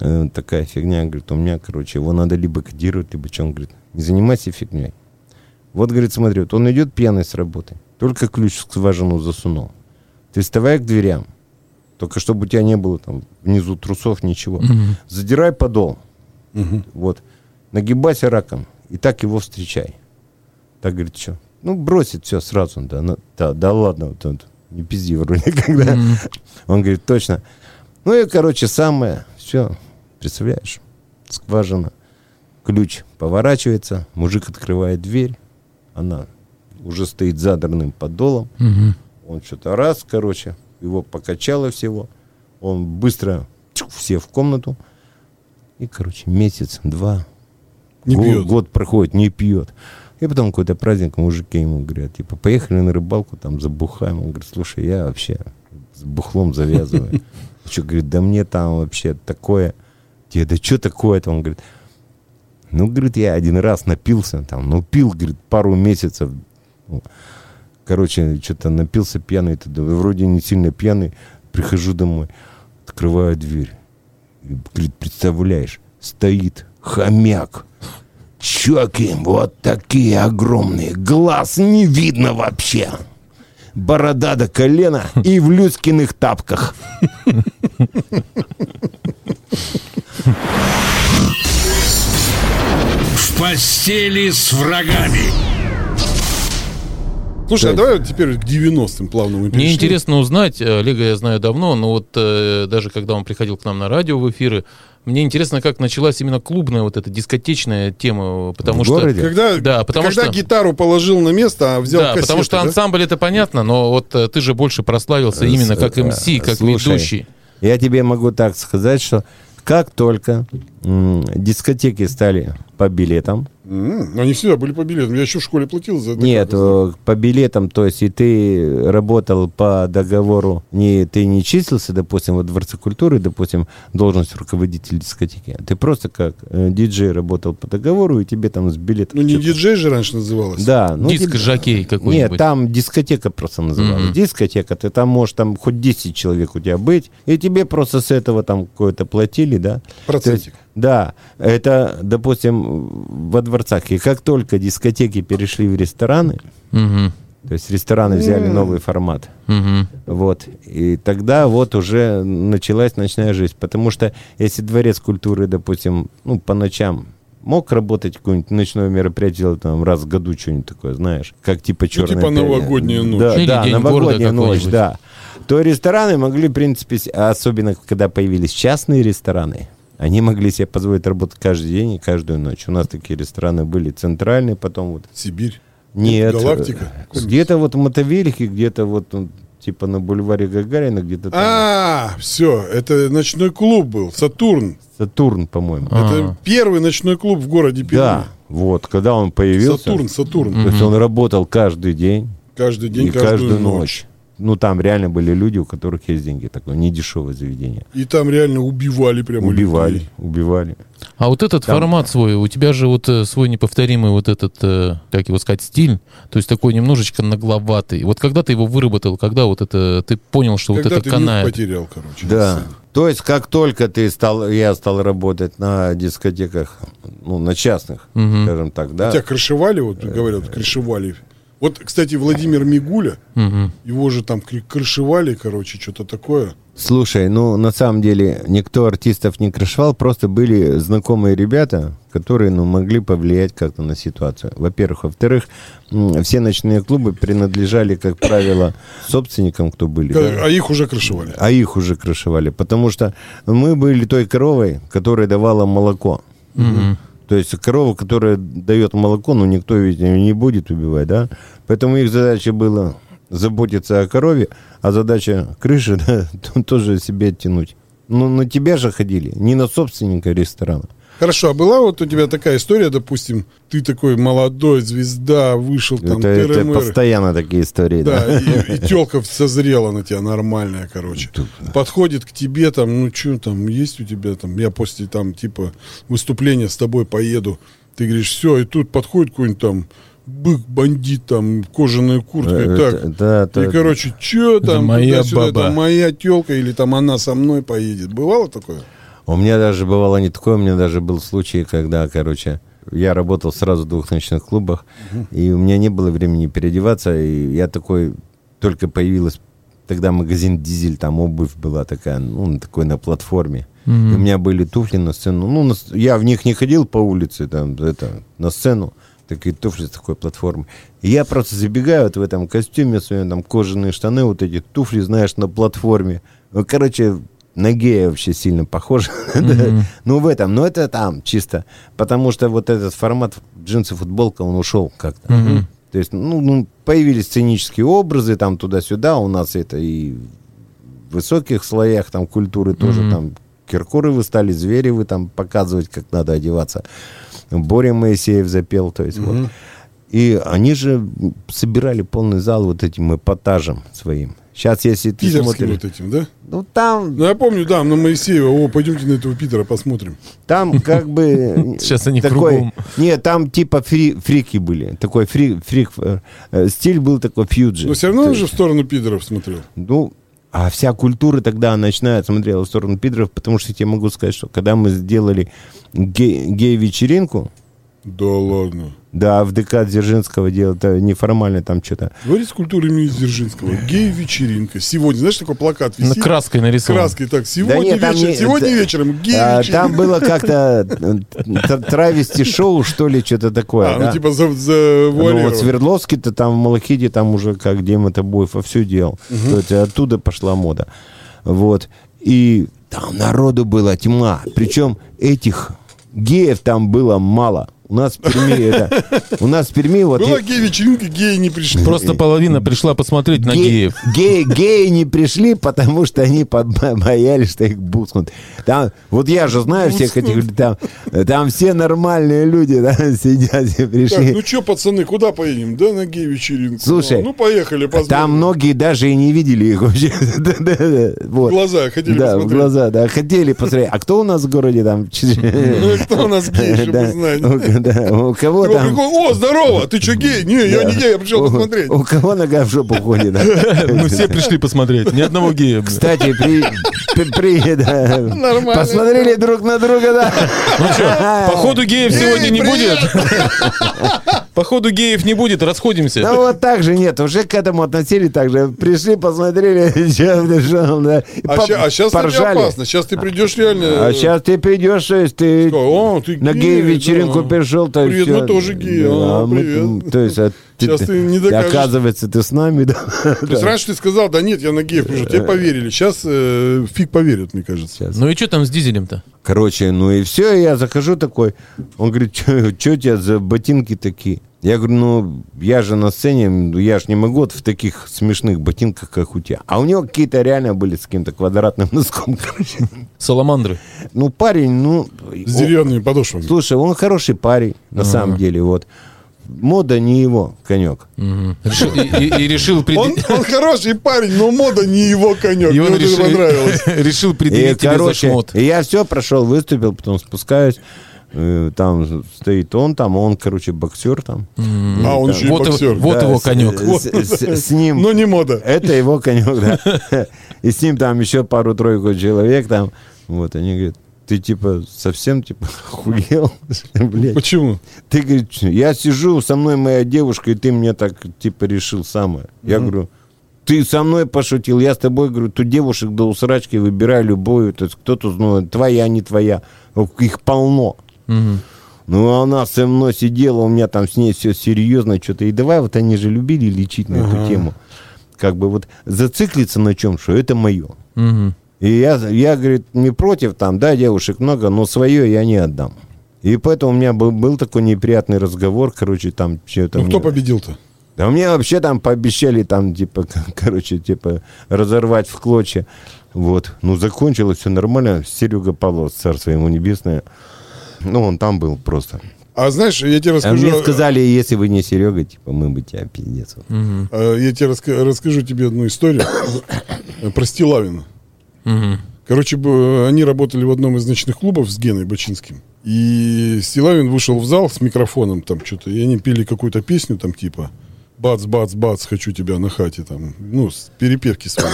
Speaker 4: э, такая фигня, говорит, у меня, короче, его надо либо кодировать, либо чем, говорит, не занимайся фигней. Вот, говорит, смотри, вот он идет пьяный с работы, только ключ в скважину засунул. Ты вставай к дверям, только чтобы у тебя не было там внизу трусов, ничего.
Speaker 2: Мгм.
Speaker 4: Задирай подол,
Speaker 3: Мгм.
Speaker 4: вот. Нагибайся раком. И так его встречай. Так говорит, что? Ну, бросит все сразу. Да, ну, да, да ладно, вот он, не пизди вроде когда. Он говорит, точно. Ну и, короче, самое. Все, представляешь, скважина. Ключ поворачивается, мужик открывает дверь. Она уже стоит задранным подолом.
Speaker 2: Мгм.
Speaker 4: Он что-то раз, короче, его покачало всего. Он быстро чук, все в комнату. И, короче, месяц, два,
Speaker 3: Не
Speaker 4: год,
Speaker 3: пьет.
Speaker 4: год проходит, не пьет. И потом какой-то праздник мужики ему говорят, типа, поехали на рыбалку, там забухаем. Он говорит, слушай, я вообще с бухлом завязываю. Что, говорит, да мне там вообще такое. Я, да что такое-то? Он говорит, ну, говорит, я один раз напился, там, ну, пил, говорит, пару месяцев. Ну, Короче, что-то напился пьяный, тогда, вроде не сильно пьяный. Прихожу домой, открываю дверь. И, говорит, представляешь, стоит хомяк. Щеки вот такие огромные, глаз не видно вообще. Борода до колена и в люскиных тапках.
Speaker 1: В постели с врагами.
Speaker 3: Слушай, а давай вот теперь к 90-м плавно мы
Speaker 2: Мне
Speaker 3: перешли.
Speaker 2: интересно узнать, э, Олега я знаю давно, но вот э, даже когда он приходил к нам на радио в эфиры, мне интересно, как началась именно клубная вот эта дискотечная тема, потому
Speaker 4: В
Speaker 2: что...
Speaker 4: городе?
Speaker 3: Когда,
Speaker 2: Да, потому
Speaker 3: когда
Speaker 2: что-
Speaker 3: гитару положил на место, а взял
Speaker 2: да, потому
Speaker 3: кассеты,
Speaker 2: что
Speaker 3: да?
Speaker 2: ансамбль это понятно, но вот э, ты же больше прославился именно как
Speaker 4: Э,
Speaker 2: МС, как
Speaker 4: слушай,
Speaker 2: ведущий.
Speaker 4: Я тебе могу так сказать, что как только м, дискотеки стали по билетам,
Speaker 3: М, ну Они всегда были по билетам. Я еще в школе платил за это.
Speaker 4: Нет, э, по билетам, то есть и ты работал по договору, не, ты не числился, допустим, во Дворце культуры, допустим, должность руководителя дискотеки, а ты просто как э, диджей работал по договору, и тебе там с билетом...
Speaker 3: Ну, не
Speaker 4: что-то-
Speaker 3: диджей же раньше называлось.
Speaker 4: Да, ну, тебе-
Speaker 2: Диск-жокей какой-нибудь.
Speaker 4: Нет, там дискотека просто называлась.
Speaker 2: Мгм.
Speaker 4: Дискотека. Ты там можешь там хоть 10 человек у тебя быть, и тебе просто с этого там какое-то платили, да?
Speaker 3: Процентик.
Speaker 4: То есть, да, это, допустим, во дворцах. И как только дискотеки перешли в рестораны,
Speaker 2: Мгм,
Speaker 4: то есть рестораны взяли новый формат.
Speaker 2: мгм.
Speaker 4: Вот. И тогда вот уже началась ночная жизнь. Потому что если дворец культуры, допустим, ну, по ночам мог работать какое-нибудь ночное мероприятие там раз в году что-нибудь такое, знаешь, как типа черная
Speaker 3: типа
Speaker 4: пианино.
Speaker 3: новогодняя ночь.
Speaker 4: Да,
Speaker 2: Или
Speaker 4: да,
Speaker 2: день города
Speaker 4: новогодняя ночь,
Speaker 2: какой-нибудь.
Speaker 4: да. То рестораны могли, в принципе, с- особенно когда появились частные рестораны, они могли себе позволить работать каждый день и каждую ночь. У нас такие рестораны были центральные, потом вот
Speaker 3: Сибирь.
Speaker 4: нет.
Speaker 3: Галактика?
Speaker 4: э, Где-то вот в Мотовилихе, где-то вот ну, типа на бульваре Гагарина, где-то там.
Speaker 3: А, все, это ночной клуб был, Сатурн.
Speaker 4: Сатурн, по-моему.
Speaker 3: Это первый ночной клуб в городе Перми.
Speaker 4: А. Да, вот, когда он появился.
Speaker 3: Сатурн, Сатурн.
Speaker 4: То есть он работал каждый день
Speaker 3: Каждый день,
Speaker 4: и
Speaker 3: каждую, ночь.
Speaker 4: Ну, там реально были люди, у которых есть деньги. Такое недешевое заведение.
Speaker 3: И там реально убивали прямо
Speaker 4: убивали,
Speaker 3: людей.
Speaker 4: убивали.
Speaker 2: А вот этот формат свой, у тебя же вот э, свой неповторимый вот этот, э, как его сказать, стиль, то есть такой немножечко нагловатый. Вот когда ты его выработал, когда вот это, ты понял, что
Speaker 3: Когда
Speaker 2: вот это
Speaker 3: ты нюх
Speaker 2: канает?
Speaker 3: потерял, короче.
Speaker 4: Да. То есть, как только ты стал, я стал работать на дискотеках, ну, на частных,
Speaker 2: Мгм.
Speaker 4: скажем так, да.
Speaker 3: Тебя крышевали, вот
Speaker 4: Э.
Speaker 3: говорят, крышевали. Вот, кстати, Владимир Мигуля,
Speaker 2: Мгм.
Speaker 3: его же там кри- крышевали, короче, что-то такое.
Speaker 4: Слушай, ну на самом деле никто артистов не крышевал, просто были знакомые ребята, которые ну, могли повлиять как-то на ситуацию. Во-первых. Во-вторых, м, все ночные клубы принадлежали, как правило, собственникам, кто были. да?
Speaker 3: А их уже крышевали.
Speaker 4: А их уже крышевали, потому что мы были той коровой, которая давала молоко. То есть корова, которая дает молоко, ну никто ведь её не будет убивать, да? Поэтому их задача была заботиться о корове, а задача крыши да, то- тоже себе оттянуть. Ну, на тебя же ходили, не на собственника ресторана.
Speaker 3: Хорошо, а была вот у тебя такая история, допустим, ты такой молодой, звезда, вышел там,
Speaker 4: это, это
Speaker 3: тыры-мыры.
Speaker 4: постоянно такие истории. Да.
Speaker 3: Да, и, и телка созрела на тебя нормальная, короче. Подходит к тебе там, ну что там, есть у тебя там, я после там типа выступления с тобой поеду. Ты говоришь, все, и тут подходит какой-нибудь там бык, бандит, там, кожаная куртка, и
Speaker 4: Э,
Speaker 3: так.
Speaker 4: да,
Speaker 3: Ты,
Speaker 4: да,
Speaker 3: короче, че там,
Speaker 2: моя
Speaker 3: туда-сюда,
Speaker 2: баба.
Speaker 3: это моя телка, или там она со мной поедет. Бывало такое?
Speaker 4: У меня даже бывало не такое, у меня даже был случай, когда, короче, я работал сразу в двух ночных клубах, и у меня не было времени переодеваться, и я такой, только появилась тогда магазин «Дизель», там обувь была такая, ну, на такой на платформе. И у меня были туфли на сцену. Ну, на с- я в них не ходил по улице, там, это, на сцену. Такие туфли с такой платформы. И я просто забегаю вот в этом костюме своем, там, кожаные штаны, вот эти туфли, знаешь, на платформе. Ну, короче, на гея вообще сильно похож. Да. Ну, в этом, но это там чисто. Потому что вот этот формат джинсы-футболка, он ушел как-то. То есть, ну, ну, появились сценические образы там туда-сюда. У нас это и в высоких слоях там культуры тоже там Киркоровы стали, Зверевы там показывать, как надо одеваться. Боря Моисеев запел, то есть вот. И они же собирали полный зал вот этим эпатажем своим. Сейчас, если ты
Speaker 3: Питерским
Speaker 4: смотришь...
Speaker 3: вот этим, да?
Speaker 4: Ну, там,
Speaker 3: Ну, я помню, да, на Моисеева. О, пойдемте на этого Питера посмотрим.
Speaker 4: там как бы...
Speaker 2: Сейчас они
Speaker 4: такой,
Speaker 2: кругом.
Speaker 4: Нет, там типа фри- фрики были. Такой фри- фрик... э, э, Стиль был такой фьюджи.
Speaker 3: Но все равно он же в сторону Питеров смотрел.
Speaker 4: Ну, а вся культура тогда ночная смотрела в сторону пидоров, потому что я тебе могу сказать, что когда мы сделали ге- гей-вечеринку,
Speaker 3: Да ладно.
Speaker 4: да, в ДК Дзержинского делали, это неформально там что-то.
Speaker 3: Дворец культуры имени Дзержинского.
Speaker 4: Э.
Speaker 3: Гей-вечеринка. Сегодня, знаешь, такой плакат
Speaker 2: На
Speaker 3: висит?
Speaker 2: краской нарисован.
Speaker 3: Краской так.
Speaker 4: Да
Speaker 3: Сегодня
Speaker 4: нет, там
Speaker 3: вечером,
Speaker 4: не-
Speaker 3: сегодня
Speaker 4: да-
Speaker 3: вечером
Speaker 4: А,
Speaker 3: гей-вечеринка.
Speaker 4: там было как-то э, травести шоу, что ли, что-то такое.
Speaker 3: А,
Speaker 4: да.
Speaker 3: ну типа за, за
Speaker 4: Ну, вот
Speaker 3: вуалировать.
Speaker 4: Свердловский-то там в Малахиде там уже как Дима Табоев вовсю делал. То есть оттуда пошла мода. Вот. И там народу была тьма. Причем этих геев там было мало. У нас в Перми это... У нас в Перми вот...
Speaker 3: Была
Speaker 4: и-
Speaker 3: гей-вечеринка, геи не пришли.
Speaker 2: Просто половина пришла посмотреть на
Speaker 4: Ге-
Speaker 2: геев.
Speaker 4: Геи, геи не пришли, потому что они подба- боялись, что их буцнут. Там, вот я же знаю всех этих, там, там все нормальные люди там сидят и
Speaker 3: Так,
Speaker 4: пришли.
Speaker 3: ну что, пацаны, куда поедем? Да на гей-вечеринку.
Speaker 4: Слушай,
Speaker 3: Ну поехали,
Speaker 4: А Там
Speaker 3: посмотрим.
Speaker 4: многие даже и не видели их вообще. Да-да-да.
Speaker 3: В
Speaker 4: Вот.
Speaker 3: глаза хотели
Speaker 4: Да, в
Speaker 3: посмотреть.
Speaker 4: глаза, да, хотели посмотреть. А кто у нас в городе там?
Speaker 3: Ну и кто у нас гей, чтобы
Speaker 4: Да.
Speaker 3: знать?
Speaker 4: У- да, У кого
Speaker 3: Его
Speaker 4: там?
Speaker 3: прикол, О, здорово, ты что, гей? Не, я не гей, я пришел
Speaker 4: У-
Speaker 3: посмотреть.
Speaker 4: У кого нога в жопу ходит? да?
Speaker 2: Мы все пришли посмотреть. Ни одного гея. блин.
Speaker 4: Кстати, при, при- при- да.
Speaker 3: Нормально.
Speaker 4: посмотрели друг на друга, да.
Speaker 2: Ну что, походу геев сегодня не
Speaker 3: привет!
Speaker 2: будет? Походу геев не будет, расходимся.
Speaker 4: Ну вот так же нет, уже к этому относились так же. Пришли, посмотрели, чё, что, да,
Speaker 3: А,
Speaker 4: по-
Speaker 3: сейчас это
Speaker 4: поржали.
Speaker 3: опасно. Сейчас ты придешь реально.
Speaker 4: А
Speaker 3: э,
Speaker 4: сейчас ты придешь, то есть ты,
Speaker 3: О, а, ты
Speaker 4: на
Speaker 3: гей,
Speaker 4: гей-вечеринку
Speaker 3: да.
Speaker 4: пришел. То
Speaker 3: Привет,
Speaker 4: всё.
Speaker 3: мы тоже геи, а,
Speaker 4: мы-
Speaker 3: привет.
Speaker 4: м, то есть, а ты-
Speaker 3: Щас ты не докажешь.
Speaker 4: Оказывается, ты с нами, да? Э,
Speaker 3: То есть раньше ты сказал, да нет, я на геев пришел, тебе поверили. Сейчас фиг поверят, мне кажется.
Speaker 2: Ну и что там с дизелем-то?
Speaker 4: Короче, ну и все, я захожу такой. Он говорит, что у тебя за ботинки такие? Я говорю, ну, я же на сцене, ну, я же не могу вот в таких смешных ботинках, как у тебя. А у него какие-то реально были с каким-то квадратным носком, короче.
Speaker 2: Саламандры.
Speaker 4: Ну, парень, ну...
Speaker 3: С деревянными подошвами.
Speaker 4: Слушай, он хороший парень, на самом деле, вот. Мода не его конек.
Speaker 2: Решил- и- и и решил
Speaker 3: Он,
Speaker 2: предъявить.
Speaker 3: он хороший парень, но мода не его конек.
Speaker 2: И
Speaker 3: Мне
Speaker 2: он
Speaker 3: вот это
Speaker 2: решил,
Speaker 3: понравилось.
Speaker 2: решил
Speaker 4: И,
Speaker 2: предъявить тебе за
Speaker 4: Э, короче,
Speaker 2: шмот.
Speaker 4: и я все прошел, выступил, потом спускаюсь. э, Там стоит он, там он, короче, боксер там.
Speaker 3: А он еще и
Speaker 2: Вот, его-
Speaker 3: боксер.
Speaker 2: вот
Speaker 4: Да,
Speaker 2: его Ну,
Speaker 4: с-
Speaker 2: конек.
Speaker 4: С, с- с ним.
Speaker 3: Но не мода.
Speaker 4: Это его конек, да. И с ним там еще пару-тройку человек там. Вот, они говорят, ты типа совсем типа охуел? Блядь.
Speaker 3: Почему? Ну,
Speaker 4: Ты говоришь, я сижу, со мной моя девушка, и ты мне так типа решил самое. Я говорю, ты со мной пошутил, я с тобой, говорю, тут девушек до усрачки выбирай любую, то есть кто-то знает, твоя, не твоя, их полно. Ну, а она со мной сидела, у меня там с ней все серьезно что-то. И давай, вот они же любили лечить на эту тему. Как бы вот зациклиться на чем, что это мое. И я, я, говорит, не против, там, да, девушек много, но свое я не отдам. И поэтому у меня был, был такой неприятный разговор, короче, там что-то...
Speaker 3: Ну кто
Speaker 4: мне-
Speaker 3: победил-то?
Speaker 4: да мне вообще там пообещали, там, типа, к- короче, типа, разорвать в клочья. Вот. Ну, закончилось все нормально. Серега Павлов, царство ему небесное. Ну, он там был просто.
Speaker 3: А знаешь, я тебе
Speaker 4: А
Speaker 3: расскажу...
Speaker 4: мне сказали, если вы не Серега, типа, мы бы тебя пиздец.
Speaker 2: Мгм.
Speaker 3: э, Я тебе раска- расскажу тебе одну историю э, про Стилавина.
Speaker 2: Мгм.
Speaker 3: Короче, б- они работали в одном из ночных клубов с Геной Бачинским. И Стилавин вышел в зал с микрофоном там что-то, и они пели какую-то песню там типа «Бац, бац, бац, хочу тебя на хате» там, ну, с перепевки свои.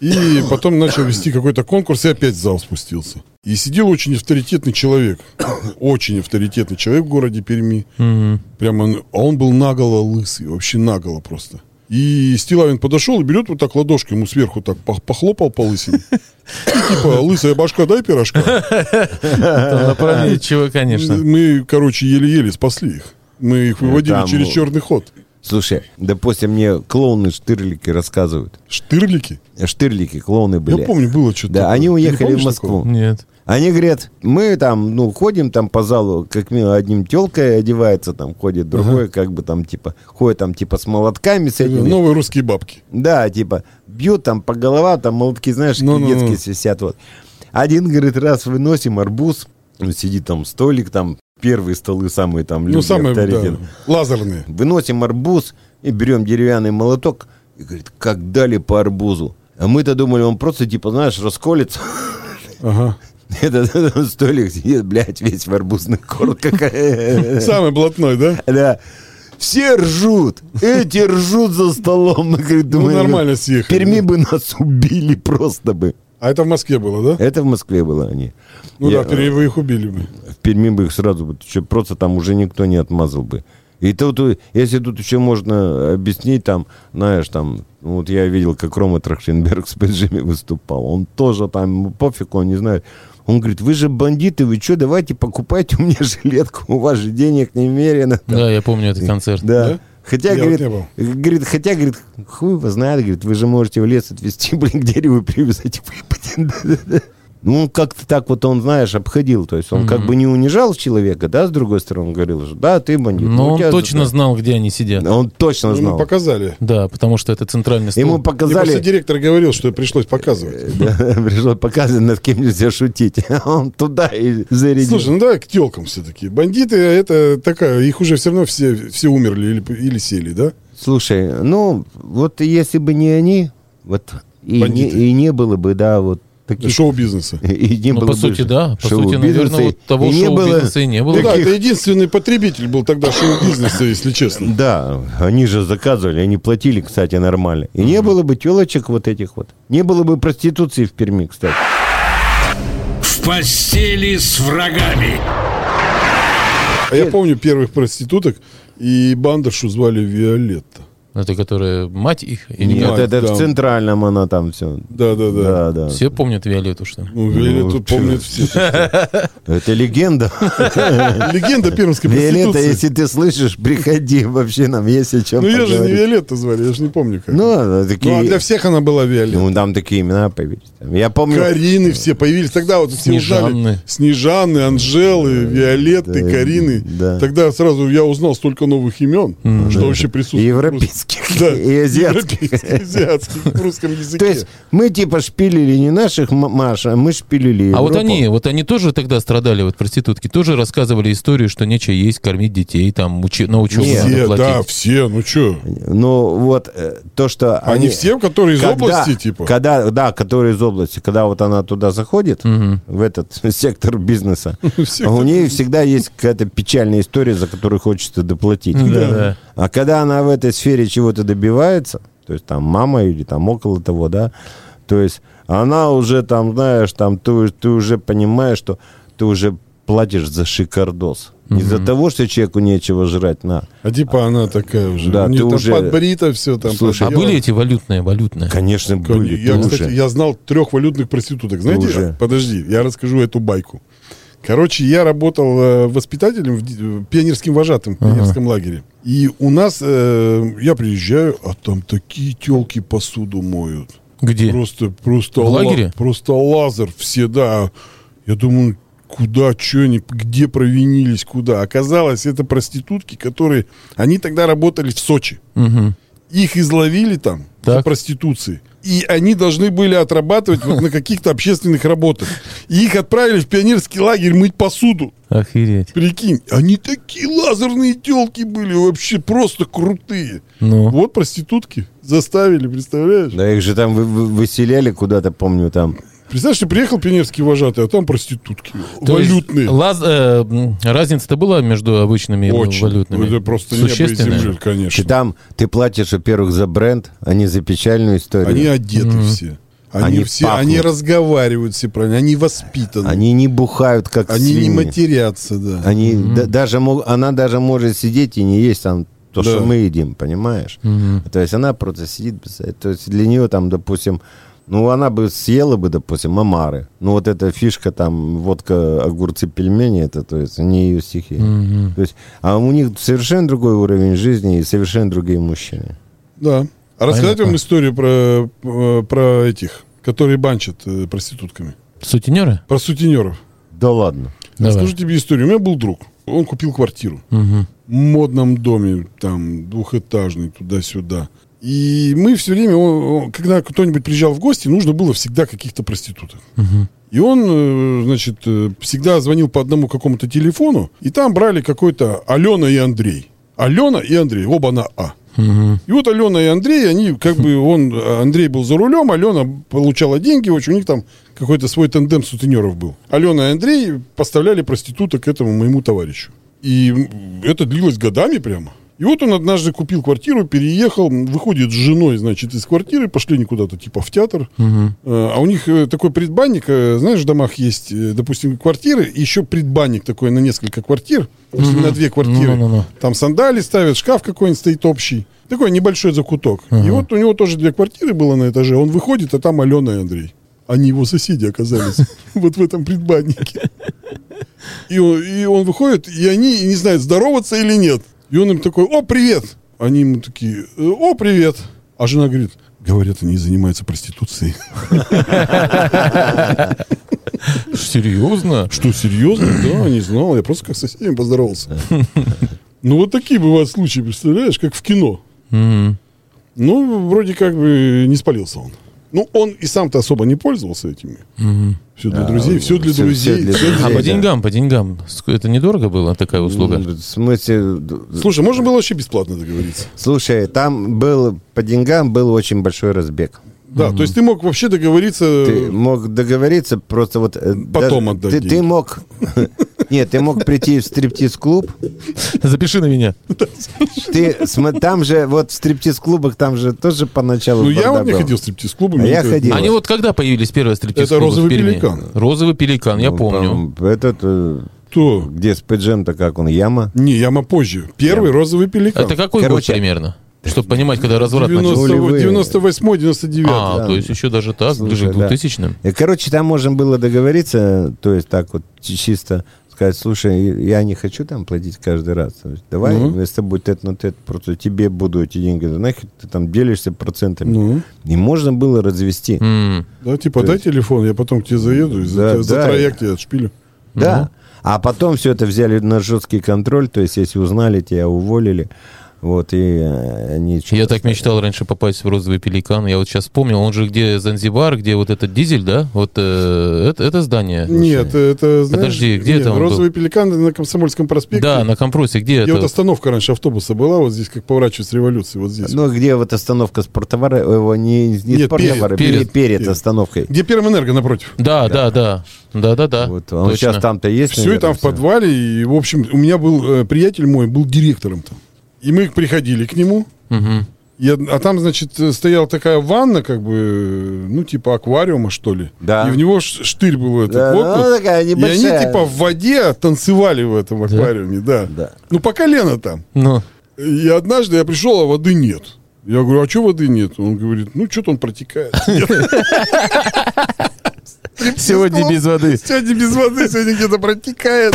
Speaker 3: И потом начал вести какой-то конкурс, и опять в зал спустился. И сидел очень авторитетный человек, очень авторитетный человек в городе Перми.
Speaker 2: Мгм.
Speaker 3: Прямо, он- а он был наголо лысый, вообще наголо просто. И Стилавин подошел и берет вот так ладошкой, ему сверху так пох- похлопал по лысине. И типа, лысая башка, дай пирожка.
Speaker 2: Там опрометчиво, конечно.
Speaker 3: Мы, короче, еле-еле спасли их. Мы их выводили
Speaker 4: там,
Speaker 3: через
Speaker 4: ну,
Speaker 3: черный ход.
Speaker 4: Слушай, допустим, мне клоуны штырлики рассказывают.
Speaker 3: Штырлики.
Speaker 4: Штырлики, клоуны были.
Speaker 3: Я помню, было что-то.
Speaker 4: Да,
Speaker 3: такое.
Speaker 4: они
Speaker 3: Ты не
Speaker 4: уехали
Speaker 3: помнишь
Speaker 4: в Москву.
Speaker 3: такого?
Speaker 2: Нет.
Speaker 4: Они говорят, мы там, ну, ходим там по залу, как минимум одним телкой одевается, там ходит другой, как бы там, типа, ходит там, типа, с молотками, с этими.
Speaker 3: Ну, Новые русские бабки.
Speaker 4: Да, типа, бьют там по головам, там молотки, знаешь,
Speaker 3: Ну, ну, ну.
Speaker 4: детские свисят, вот. Один, говорит, раз выносим арбуз, ну, сидит там столик, там, первые столы самые там, люди
Speaker 3: Ну, самые, да,
Speaker 4: авторитетные.
Speaker 3: лазерные.
Speaker 4: Выносим арбуз и берем деревянный молоток, и говорит, как дали по арбузу. А мы-то думали, он просто, типа, знаешь, расколется.
Speaker 3: Ага.
Speaker 4: Этот, столик сидит, блядь, весь в арбузных корках.
Speaker 3: Самый блатной, да?
Speaker 4: Да. Все ржут. Эти ржут за столом. Мы, говорит,
Speaker 3: Ну,
Speaker 4: думаем,
Speaker 3: нормально съехали.
Speaker 4: В Перми бы нас убили просто бы.
Speaker 3: А это в Москве было, да?
Speaker 4: Это в Москве было они.
Speaker 3: Ну
Speaker 4: Я-
Speaker 3: да, Перми вы их убили бы. Ну,
Speaker 4: В Перми бы их сразу бы, ты чё, просто там уже никто не отмазал бы. И тут, э, если тут еще можно объяснить, там, знаешь, там, ну, вот я видел, как Рома Трахтенберг с Бенджими выступал, он тоже там, ему пофиг, он не знает. Он говорит, вы же бандиты, вы что, давайте покупайте у меня жилетку, у вас же денег немерено.
Speaker 2: Да, я помню этот концерт.
Speaker 4: Да.
Speaker 3: Да?
Speaker 4: Хотя,
Speaker 3: Я вот
Speaker 4: говорит,
Speaker 3: не был.
Speaker 4: говорит, хотя, говорит, хуй его знает, говорит, вы же можете в лес отвезти, блин, к дереву и привязать и выпадет. Да-да-да. Ну, он как-то так вот он, знаешь, обходил. То есть он как бы не унижал человека, да, с другой стороны, он говорил, что да, ты бандит. ну,
Speaker 2: Но
Speaker 4: у
Speaker 2: он
Speaker 4: тебя
Speaker 2: точно
Speaker 4: за-
Speaker 2: знал, где они сидят.
Speaker 4: Он точно
Speaker 3: Ему
Speaker 4: знал.
Speaker 3: показали.
Speaker 2: Да, потому что это центральный стол.
Speaker 4: Ему
Speaker 3: Мне просто
Speaker 4: показали,
Speaker 3: директор говорил, что пришлось показывать.
Speaker 4: да, пришлось показывать, над кем нельзя шутить. А Он туда и зарядил.
Speaker 3: Слушай, ну давай к телкам все-таки. Бандиты это такая, их уже все равно все, все умерли или, или сели, да?
Speaker 4: Слушай, ну, вот если бы не они, вот и не,
Speaker 3: Бандиты.
Speaker 4: и не было бы, да, вот таких
Speaker 3: Шоу-бизнеса.
Speaker 4: И не
Speaker 2: Ну,
Speaker 4: было
Speaker 2: по
Speaker 4: бы
Speaker 2: сути,
Speaker 4: ж-
Speaker 2: да. По сути,
Speaker 4: шоу-бизнеса,
Speaker 2: наверное, вот того
Speaker 4: и не было-
Speaker 2: шоу-бизнеса и не
Speaker 3: Ну
Speaker 2: было.
Speaker 3: да, это единственный потребитель был тогда шоу-бизнеса, если честно.
Speaker 4: Да, они же заказывали, они платили, кстати, нормально. И не было бы телочек вот этих вот. Не было бы проституции в Перми, кстати.
Speaker 1: В постели с врагами.
Speaker 3: А я помню первых проституток и бандершу звали Виолетта.
Speaker 2: Это которая мать их? или
Speaker 4: Нет,
Speaker 2: как?
Speaker 3: мать,
Speaker 4: это
Speaker 3: да.
Speaker 4: в Центральном она там все.
Speaker 3: Да-да-да.
Speaker 4: Да, да.
Speaker 2: Все помнят Виолетту, что ли?
Speaker 3: Ну, Виолетту помнят все.
Speaker 4: Это легенда.
Speaker 3: Легенда пермской
Speaker 4: Виолетта,
Speaker 3: проституции.
Speaker 4: если ты слышишь, приходи, вообще нам есть о чем
Speaker 3: Ну, ее же не
Speaker 4: поговорить.
Speaker 3: Виолетта звали, я же не помню как.
Speaker 4: Ну, а
Speaker 3: Ну, а для
Speaker 4: такие...
Speaker 3: всех она была Виолетта.
Speaker 4: Ну, там такие имена появились. Я помню...
Speaker 3: Карины все появились. Тогда вот все
Speaker 2: Снежанны.
Speaker 3: узнали. Снежаны, Анжелы, Виолетты,
Speaker 4: Да,
Speaker 3: Карины.
Speaker 4: да.
Speaker 3: Тогда сразу я узнал столько новых имен, что вообще присутствует.
Speaker 4: Европейских
Speaker 3: Да,
Speaker 4: и азиатских.
Speaker 3: европейских, азиатских, в русском языке.
Speaker 4: То есть мы типа шпилили не наших м- Маш, а мы шпилили
Speaker 2: А вот
Speaker 4: Европу.
Speaker 2: они, вот они тоже тогда страдали, вот проститутки, тоже рассказывали историю, что нечего есть, кормить детей, там, учи- на учебу
Speaker 4: Нет.
Speaker 2: надо
Speaker 3: все, да,
Speaker 2: платить.
Speaker 3: все, ну что?
Speaker 4: Ну вот э, то, что
Speaker 3: Они все, которые из области, типа?
Speaker 4: Когда, да, которые из области. Когда вот она туда заходит, в этот сектор бизнеса,
Speaker 3: Сектор
Speaker 4: у нее всегда есть какая-то печальная история, за которую хочется доплатить.
Speaker 2: Да, да.
Speaker 4: А когда она в этой сфере чего-то добивается, то есть там мама или там около того, да, то есть она уже там, знаешь, там ты, ты уже понимаешь, что ты уже платишь за шикардос. Не из-за того, что человеку нечего жрать, на.
Speaker 3: А типа она такая уже.
Speaker 4: Да,
Speaker 3: У неё
Speaker 4: ты
Speaker 3: там
Speaker 4: уже-
Speaker 3: подбрито все там.
Speaker 4: Слушай,
Speaker 2: А
Speaker 3: подделано.
Speaker 2: были эти валютные, валютные?
Speaker 4: Конечно, были.
Speaker 3: Я,
Speaker 4: ты
Speaker 3: кстати,
Speaker 4: уже.
Speaker 3: я знал трех валютных проституток. Знаете,
Speaker 4: уже.
Speaker 3: подожди, я расскажу эту байку. Короче, я работал э, воспитателем, в ди- э, пионерским вожатым в пионерском лагере. И у нас, э, я приезжаю, а там такие телки посуду моют.
Speaker 2: Где?
Speaker 3: Просто, просто...
Speaker 2: В
Speaker 3: ла-
Speaker 2: лагере?
Speaker 3: Просто лазер все, да. Я думаю, куда, что они, где провинились, куда. Оказалось, это проститутки, которые... Они тогда работали в Сочи.
Speaker 2: Мгм.
Speaker 3: Их изловили там за
Speaker 2: Так.
Speaker 3: проституцией. и они должны были отрабатывать вот на каких-то общественных работах. И их отправили в пионерский лагерь мыть посуду.
Speaker 2: Охереть.
Speaker 3: Прикинь, они такие лазерные телки были, вообще просто крутые.
Speaker 2: Ну.
Speaker 3: Вот проститутки заставили, представляешь?
Speaker 4: Да их же там вы- вы- выселяли куда-то, помню, там.
Speaker 3: Представляешь, ты приехал пионерский вожатый, а там проститутки
Speaker 2: То есть
Speaker 3: валютные.
Speaker 2: лаз- э, м, разница-то была между обычными и
Speaker 3: Очень. Ну,
Speaker 2: валютными?
Speaker 3: Это просто небо и
Speaker 2: Существенная?
Speaker 3: земля, конечно.
Speaker 4: Ты там, ты платишь, во-первых, за бренд, а не за печальную историю.
Speaker 3: Они
Speaker 4: Они,
Speaker 3: одеты все. Они,
Speaker 4: Они
Speaker 3: все,
Speaker 4: пахнут.
Speaker 3: они разговаривают все правильно, они воспитаны. Они,
Speaker 4: не бухают, как
Speaker 3: не
Speaker 4: свиньи.
Speaker 3: матерятся, да.
Speaker 4: Они да- даже мог- она даже может сидеть и не есть там то,
Speaker 3: Да.
Speaker 4: что мы едим, понимаешь? То есть она просто сидит, без- то есть для нее там, допустим, ну она бы съела бы, допустим, омары. Ну вот эта фишка там водка, огурцы, пельмени, это то есть не ее стихи. То есть, а у них совершенно другой уровень жизни и совершенно другие мужчины.
Speaker 3: Да. А рассказать
Speaker 2: Понятно.
Speaker 3: вам историю про, э, про этих, которые банчат э, проститутками.
Speaker 2: Сутенеры?
Speaker 3: Про сутенеров.
Speaker 4: Да ладно.
Speaker 2: Давай.
Speaker 3: Расскажу тебе историю. У меня был друг. Он купил квартиру в модном доме, там, двухэтажный, туда-сюда. И мы все время, о- о, когда кто-нибудь приезжал в гости, нужно было всегда каких-то проституток. И он, э, значит, э, всегда звонил по одному какому-то телефону, и там брали какой-то Алена и Андрей. Алена и Андрей, оба на А. И вот Алена и Андрей, они как бы, он, Андрей был за рулем, Алена получала деньги, очень у них там какой-то свой тандем сутенеров был. Алена и Андрей поставляли проституток этому моему товарищу. И м, это длилось годами прямо. И вот он однажды купил квартиру, переехал, м, выходит с женой, значит, из квартиры, пошли они куда-то, типа, в театр. Э, А у них э, такой предбанник, э, знаешь, в домах есть, э, допустим, квартиры, и еще предбанник такой на несколько квартир, допустим, на две квартиры.
Speaker 2: Ну-ну-ну.
Speaker 3: Там сандали ставят, шкаф какой-нибудь стоит общий. Такой небольшой закуток. И вот у него тоже две квартиры было на этаже. Он выходит, а там Алена и Андрей. Они его соседи оказались. Вот в этом предбаннике. И он, и он выходит, и они не знают, здороваться или нет. И он им такой, о, привет. Они ему такие, «Э, о, привет. А жена говорит, говорят, они занимаются проституцией.
Speaker 2: Серьезно?
Speaker 3: Что, серьезно? Да, не знал. Я просто как с соседями поздоровался. Ну, вот такие бывают случаи, представляешь, как в кино. Ну, вроде как бы не спалился он. Ну, он и сам-то особо не пользовался этими. Все для друзей, все для
Speaker 4: А, всё- всё
Speaker 3: друзей.
Speaker 4: для
Speaker 3: всё
Speaker 4: друзей.
Speaker 3: для-
Speaker 2: А
Speaker 4: Да.
Speaker 2: по деньгам, по деньгам. Ск- Это недорого была такая
Speaker 3: Ну,
Speaker 2: услуга?
Speaker 4: Ну, В смысле, д-
Speaker 3: Слушай, можно было вообще бесплатно договориться.
Speaker 4: слушай, там был по деньгам был очень большой разбег.
Speaker 3: Да, то есть ты мог вообще
Speaker 4: ты
Speaker 3: договориться. ну,
Speaker 4: мог договориться просто вот... э,
Speaker 3: Э. Потом
Speaker 4: даже-
Speaker 3: отдать
Speaker 4: ты,
Speaker 3: деньги.
Speaker 4: ты мог... Нет, ты мог прийти в стриптиз-клуб.
Speaker 2: Запиши на меня.
Speaker 4: Ты, см- там же, вот в стриптиз-клубах, там же тоже поначалу...
Speaker 3: Ну, я
Speaker 4: бардак
Speaker 3: вот не
Speaker 4: был.
Speaker 3: ходил в стриптиз-клубы.
Speaker 4: А
Speaker 3: мне
Speaker 4: я
Speaker 3: никогда-
Speaker 4: ходил.
Speaker 2: Они вот когда появились первые стриптиз
Speaker 3: Это «Розовый пеликан».
Speaker 2: Розовый пеликан, я
Speaker 4: Ну,
Speaker 2: помню.
Speaker 4: там Этот, э,
Speaker 3: Кто?
Speaker 4: где с то как он, яма?
Speaker 3: Не, яма позже. Первый розовый пеликан.
Speaker 2: А Это какой
Speaker 4: Короче,
Speaker 2: год примерно? Чтобы понимать, когда разврат начался.
Speaker 3: 90
Speaker 4: нулевые.
Speaker 3: 98-99.
Speaker 2: А,
Speaker 4: да.
Speaker 2: то есть еще даже так,
Speaker 4: Слушай,
Speaker 2: ближе к
Speaker 4: да.
Speaker 2: 2000 м
Speaker 4: И, короче, там можно было договориться, то есть так вот чи- чисто сказать, слушай, я не хочу там платить каждый раз. То есть Давай,
Speaker 3: Ну.
Speaker 4: если будет тет на тет, просто тебе буду эти деньги, нахер ты там делишься процентами.
Speaker 3: Ну.
Speaker 4: И можно было развести.
Speaker 3: Да, типа, дай телефон, я потом к тебе заеду и за,
Speaker 4: Да,
Speaker 3: тебя- за
Speaker 4: да.
Speaker 3: трояк тебя отшпилю.
Speaker 4: Да.
Speaker 2: ну.
Speaker 4: А потом все это взяли на жесткий контроль, то есть если узнали, тебя уволили. Вот, и э, они...
Speaker 2: Я так мечтал раньше попасть в розовый пеликан. Я вот сейчас вспомнил, он же где Занзибар, где вот этот дизель, да? Вот э, это, это здание.
Speaker 3: Нет, это, знаешь...
Speaker 2: Подожди, где
Speaker 3: нет,
Speaker 2: это он
Speaker 3: Розовый пеликан на Комсомольском проспекте.
Speaker 2: Да, на компросе, где
Speaker 3: Где
Speaker 2: это?
Speaker 3: вот остановка раньше автобуса была, вот здесь, как поворачивается революция, вот здесь.
Speaker 4: Ну, где вот остановка спортовара, его не, не
Speaker 3: Нет,
Speaker 4: спорттовара,
Speaker 2: перед,
Speaker 4: перед, перед,
Speaker 3: перед.
Speaker 4: остановкой.
Speaker 3: Где Пермэнерго напротив.
Speaker 2: Да, да, да. Да, да, да.
Speaker 4: Вот, он сейчас там-то есть.
Speaker 3: Все, и там в
Speaker 4: наверное, всё.
Speaker 3: подвале, и, в общем, у меня был э, приятель мой, был директором там. И мы приходили к нему, и од- а там, значит, э, стояла такая ванна, как бы, э, ну, типа аквариума, что ли.
Speaker 4: Да.
Speaker 3: И в него ш- штырь был этот
Speaker 4: Да,
Speaker 3: воткнут.
Speaker 4: ну, такая
Speaker 3: и
Speaker 4: небольшая.
Speaker 3: они, типа, в воде танцевали в этом аквариуме, да.
Speaker 4: Да.
Speaker 3: Ну, по колено там.
Speaker 2: Ну,
Speaker 3: И однажды я пришел, а воды нет. Я говорю, а что воды нет? Он говорит, ну, что-то он протекает.
Speaker 2: сегодня без воды.
Speaker 3: Сегодня без воды, сегодня где-то протекает.